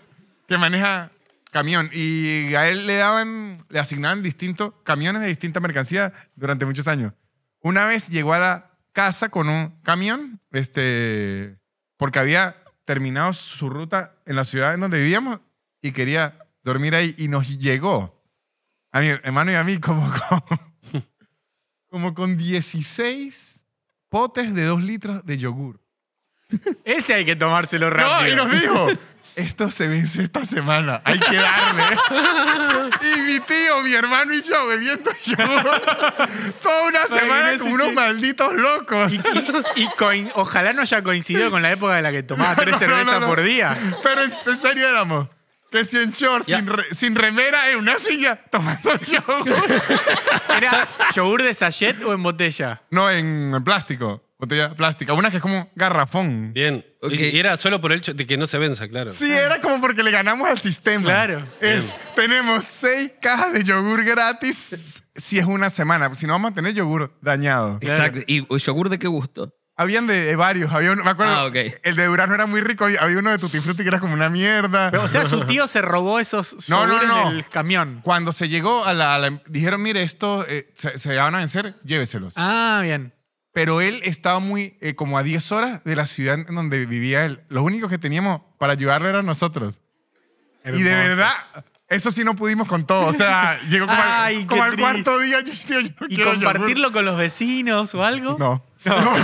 S3: que maneja camión y a él le daban, le asignaban distintos camiones de distinta mercancía durante muchos años. Una vez llegó a la casa con un camión, este, porque había terminado su ruta en la ciudad en donde vivíamos y quería dormir ahí y nos llegó a mi hermano y a mí como con, como con 16 potes de 2 litros de yogur.
S1: Ese hay que tomárselo
S3: No, y
S1: rápido.
S3: nos dijo, esto se vence esta semana, hay que darle. y mi tío, mi hermano y yo bebiendo yo toda una
S1: que
S3: semana
S1: no se
S3: como unos
S1: eche-
S3: malditos locos.
S1: Y, y- y coin- ojalá no haya coincidido con la época en la que tomaba tres
S3: No, no,
S1: cervezas
S3: no.
S1: por día.
S3: Pero en, en serio éramos. Que si en short, sin, re- sin remera, en una silla, tomando yo.
S1: ¿Era yogur de sachet o en botella?
S3: no, en, en plástico, botella plástica. Una que es como un garrafón.
S2: Bien. Y-
S4: Ok.
S2: Y, era solo por el hecho de que no se venza, claro.
S3: Sí, era como porque le ganamos al sistema.
S1: Claro.
S3: Es, tenemos seis cajas de yogur gratis si es una semana. Si no, vamos a tener yogur dañado.
S4: Exacto. ¿Y yogur de qué gusto?
S3: Habían de, de varios. Había uno, me acuerdo,
S4: Ah, ok.
S3: el de durazno era muy rico. y Había uno de tutti frutti que era como una mierda.
S1: Pero, o sea, su tío se robó esos
S3: No, no,
S1: yogures
S3: no.
S1: del camión.
S3: Cuando se llegó a la... a la- dijeron, mire, esto eh, se, se van a vencer, lléveselos.
S1: Ah, bien.
S3: Pero él estaba muy... eh, como a 10 horas de la ciudad en donde vivía él. Los únicos que teníamos para ayudarlo eran nosotros. Y de
S1: Hermoso.
S3: verdad, eso sí no pudimos con todo. O sea, llegó como, al-
S1: Ay, qué
S3: como al,
S1: triste.
S3: cuarto día. Yo, yo- yo
S1: ¿Y
S3: quiero yogur.
S1: compartirlo con los vecinos o algo?
S3: No. No.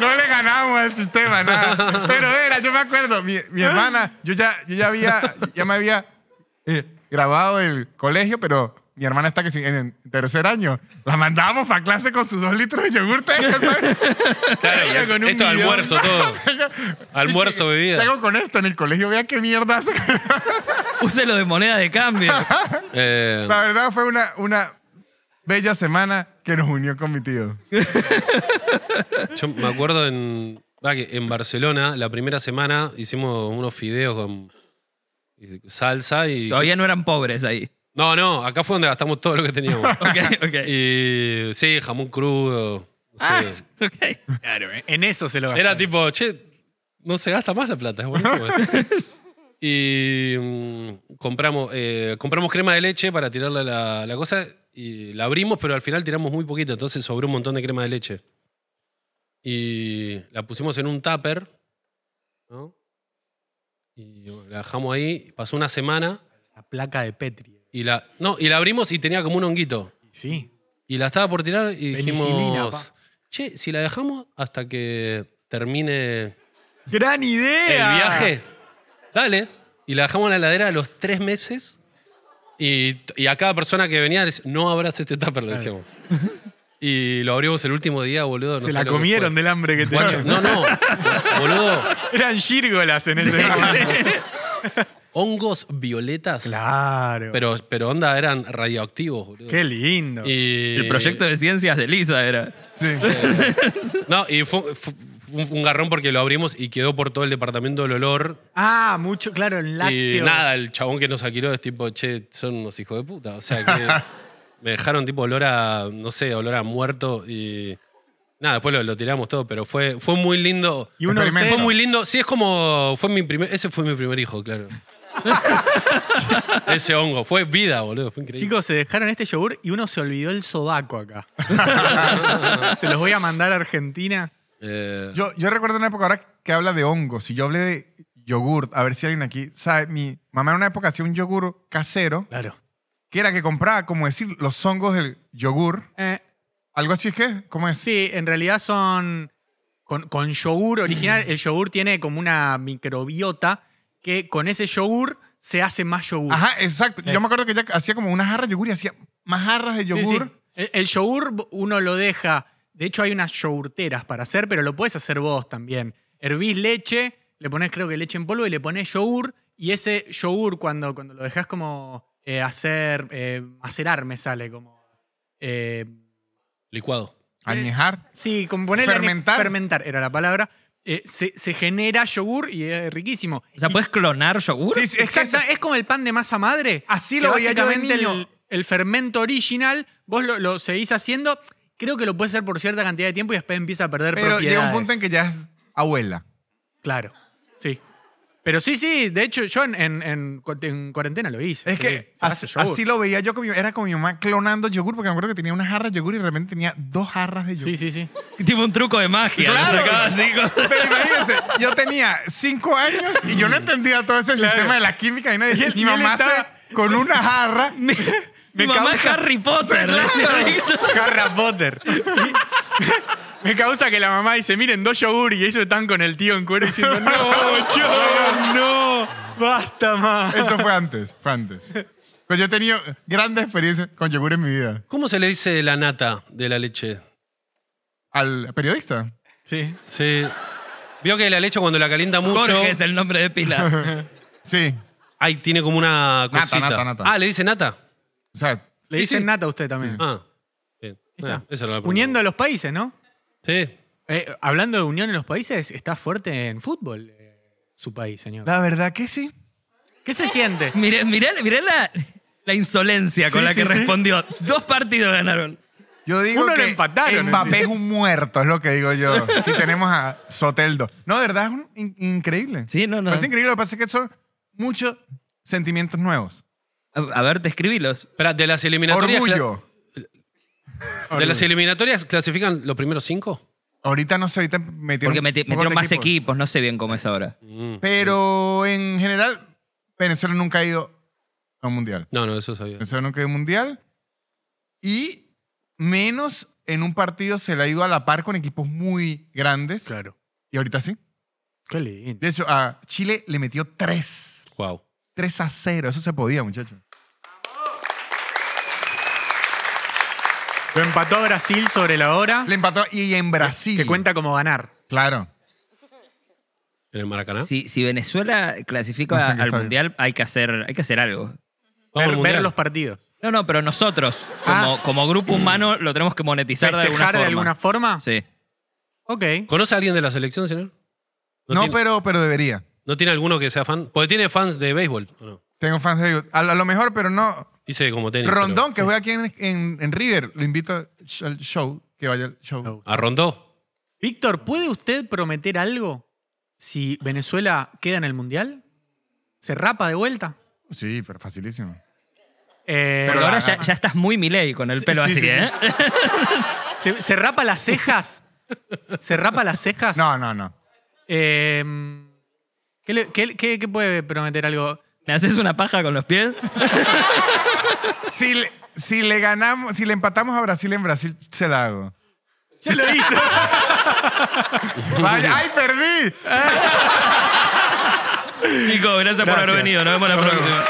S3: No le ganamos al sistema, nada. Pero era, yo me acuerdo, mi, mi hermana, yo ya, yo ya había, ya me había eh, grabado el colegio, pero mi hermana está que sí, en, en tercer año. La mandábamos para clase con sus dos litros de yogur. ¿sabes?
S1: Ella con
S2: Claro,
S1: un
S2: esto
S1: millón.
S2: almuerzo todo. Almuerzo,
S3: ¿Y qué- ¿Qué
S2: bebida.
S3: hago con esto en el colegio? Vea qué mierda hace.
S4: Úselo de moneda de cambio.
S2: Eh,
S3: La verdad fue una, una bella semana que nos unió con mi tío.
S2: Yo me acuerdo en, va, que en Barcelona, la primera semana, hicimos unos fideos con salsa y
S4: Todavía no eran pobres ahí.
S2: No, no, acá fue donde gastamos todo lo que teníamos.
S5: Ok, ok.
S2: Y sí, jamón crudo. no sé.
S5: Ah, ok.
S1: Claro, en- en eso se lo gastó.
S2: Era tipo, che, no se gasta más la plata, es buenísimo. y mm, compramos, eh, compramos crema de leche para tirarle a la, la cosa y la abrimos, pero al final tiramos muy poquito, entonces sobró un montón de crema de leche. Y la pusimos en un tupper, ¿no? Y bueno, la dejamos ahí, pasó una semana
S1: La placa de Petri.
S2: y la, no, y la abrimos y tenía como un honguito.
S1: Sí.
S2: Y la estaba por tirar y
S1: Penicilina,
S2: dijimos,
S1: pa.
S2: che, si la dejamos hasta que termine
S1: ¡Gran
S2: el
S1: idea!
S2: viaje, dale. Y la dejamos en la heladera a los tres meses y, y a cada persona que venía, les- no abras este tupper, le decíamos. Y lo abrimos el último día, boludo. no
S1: se
S2: sé
S1: la
S2: lo que
S1: comieron
S2: fue.
S1: del hambre que
S2: Guacho,
S1: tenían.
S2: no, no, boludo.
S1: Eran gírgolas en ese momento.
S2: Hongos violetas.
S1: Claro.
S2: Pero, pero onda, eran radioactivos, boludo.
S1: Qué lindo.
S2: Y-
S4: El proyecto de ciencias de Lisa era.
S3: Sí.
S2: No, y fue, fue un, un garrón porque lo abrimos y quedó por todo el departamento el olor.
S1: Ah, mucho, claro, en lácteo.
S2: Y nada, el chabón que nos alquiló es tipo, che, son unos hijos de puta. O sea que me dejaron tipo olor a, no sé, olor a muerto y. Nada, después lo, lo tiramos todo, pero fue, fue muy lindo.
S1: Y uno de ustedes-
S2: fue muy lindo. Sí, es como. Fue mi primer, ese fue mi primer hijo, claro. ese hongo. Fue vida, boludo. Fue increíble.
S1: Chicos, se dejaron este yogur y uno se olvidó el sobaco acá. se los voy a mandar a Argentina.
S2: Eh,
S3: Yo, yo recuerdo una época ahora que habla de hongos. Y yo hablé de yogurt. A ver si alguien aquí sabe. Mi mamá en una época hacía un yogur casero
S1: Claro.
S3: que era que compraba, como decir, los hongos del yogur. ¿Algo así es que? ¿Cómo es?
S1: Eh, Sí, en realidad son con, con yogur
S3: Mm.
S1: original. El yogur tiene como una microbiota que con ese yogur se hace más yogur.
S3: Ajá, exacto. Yo me acuerdo que ella hacía como una jarra de yogur y hacía más jarras de
S1: Eh. Sí, sí.
S3: yogur.
S1: El, el yogur uno lo deja. De hecho, hay unas yogurteras para hacer, pero lo puedes hacer vos también. Hervís leche, le pones, creo que leche en polvo, y le pones yogur. Y ese yogur, cuando, cuando lo dejas como eh, hacer, eh, macerar, me sale como. eh,
S2: licuado.
S3: Añejar.
S1: Sí, como ponerle
S3: Fermentar.
S1: Fermentar era la palabra. Eh, se, se genera yogur y es riquísimo.
S4: O sea,
S1: Y-
S4: ¿puedes clonar yogur?
S3: Sí, sí, es que
S1: Exacto,
S3: eso-
S1: es como el pan de masa madre.
S3: Así
S1: Que
S3: lo veía yo de
S1: básicamente
S3: niño.
S1: el, el fermento original, vos lo, lo seguís haciendo. Creo que lo puedes hacer por cierta cantidad de tiempo y después empieza a perder
S3: Pero
S1: propiedades.
S3: llega un punto en que ya es abuela.
S1: Claro, sí. Pero sí, sí, de hecho yo en, en- en cu- en cuarentena lo hice.
S3: Es
S1: sí.
S3: que
S1: Se hace
S3: así,
S1: yogur.
S3: así lo veía yo, con mi- era como mi mamá clonando yogur, porque me acuerdo que tenía una jarra de yogur y de repente tenía dos jarras de yogur.
S1: Sí, sí, sí.
S5: Tipo un truco de magia.
S3: Claro.
S5: Lo sacaba así con-
S3: Pero imagínense, yo tenía cinco años y yo no entendía todo ese sistema de la química. Y, nadie-
S1: Mm. Y él-
S3: mi
S1: y él
S3: mamá
S1: estaba-
S3: se- con una jarra.
S5: Mi, mi mamá es
S1: causa-
S5: Harry Potter. decía.
S1: Harry Potter. Y- Me causa que la mamá dice, miren, dos yogur y ellos están con el tío en cuero diciendo, no, yo, no, basta más.
S3: Eso fue antes, fue antes. Pero yo he tenido grandes experiencias con yogur en mi vida.
S2: ¿Cómo se le dice la nata de la leche?
S3: Al periodista.
S1: Sí.
S2: Sí. Vio que la leche cuando la calienta mucho.
S5: Jorge es el nombre de pila.
S3: Sí.
S2: Ay, tiene como una
S3: Nata,
S2: cosita.
S3: nata, nata.
S2: Ah, le dice nata.
S3: O sea,
S1: Le
S2: Sí,
S1: dicen
S2: sí.
S1: nata a usted también.
S2: Ah, bien.
S1: Está.
S2: Ah, esa era la pregunta.
S1: Uniendo a los países, ¿no?
S2: Sí.
S1: Eh, hablando de unión en los países, está fuerte en fútbol eh, su país, señor.
S3: la verdad que sí.
S1: ¿Qué se siente?
S5: Miré, miré, miré la, la insolencia con
S1: Sí,
S5: la que
S1: sí, sí.
S5: respondió. Dos partidos ganaron.
S3: Yo digo
S1: Uno lo
S3: que
S1: empataron,
S3: Mbappé
S1: encima.
S3: es un muerto, es lo que digo yo. Si tenemos a Soteldo. No, de verdad, es un- in- increíble.
S4: Sí, no, no.
S3: Es increíble, lo que pasa es que son muchos sentimientos nuevos.
S4: A, a ver, describilos.
S2: Espera, de las eliminatorias.
S3: Orgullo.
S2: cla- De las eliminatorias clasifican los primeros cinco.
S3: Ahorita no sé, ahorita metieron,
S4: Porque meti-
S3: pocos
S4: metieron más
S3: equipos.
S4: equipos, no sé bien cómo es ahora.
S1: Mm.
S3: Pero en general, Venezuela nunca ha ido a un mundial.
S2: No, no, eso sabía.
S3: Venezuela nunca ha ido a un mundial. Y menos en un partido se le ha ido a la par con equipos muy grandes.
S1: Claro.
S3: Y ahorita sí.
S1: Qué lindo.
S3: De hecho, a Chile le metió tres.
S2: Wow.
S3: 3 a 0. Eso se podía, muchachos.
S1: Lo empató Brasil sobre la hora,
S3: Le empató y en Brasil.
S1: que cuenta como ganar.
S3: Claro.
S2: En el Maracaná.
S4: Si, si Venezuela clasifica
S3: No sé en qué
S4: al
S3: estadio.
S4: mundial, hay que, hacer, hay que hacer algo.
S2: Vamos al
S1: Ver,
S2: Mundial.
S1: ver los partidos.
S4: No, no, pero nosotros,
S1: Ah.
S4: como, como grupo humano, lo tenemos que monetizar de alguna
S1: ¿Festejar
S4: forma.
S1: de alguna forma?
S4: Sí.
S1: Ok.
S2: ¿Conoce a alguien de la selección, señor?
S3: No,
S2: tiene,
S3: pero, pero debería.
S2: ¿No tiene alguno que sea fan? Porque tiene fans de béisbol. ¿o no?
S3: Tengo fans de a, a lo mejor, pero no.
S2: Hice como tenis. pero-
S3: Rondón, que juega aquí en, en- en River, lo invito al show, que vaya al show.
S1: Show.
S2: ¿A Ah, Rondó?
S1: Víctor, ¿puede usted prometer algo si Venezuela queda en el Mundial? ¿Se rapa de vuelta?
S3: Sí, pero facilísimo.
S1: Eh,
S4: Pero ahora ya, ya estás muy Milei con el
S1: Sí,
S4: pelo
S1: sí,
S4: así,
S1: sí, sí.
S4: ¿eh?
S1: ¿se, se rapa las cejas? ¿Se rapa las cejas?
S3: No, no, no.
S1: Eh, ¿qué, le- qué- qué- qué puede prometer algo?
S4: ¿Me haces una paja con los pies?
S3: Si le, si le ganamos, si le empatamos a Brasil en Brasil, se la hago.
S1: ¡Ya lo hizo!
S3: Vaya, ¡Ay, perdí!
S5: Chicos, gracias, por haber
S3: Gracias.
S5: venido. Nos vemos la próxima.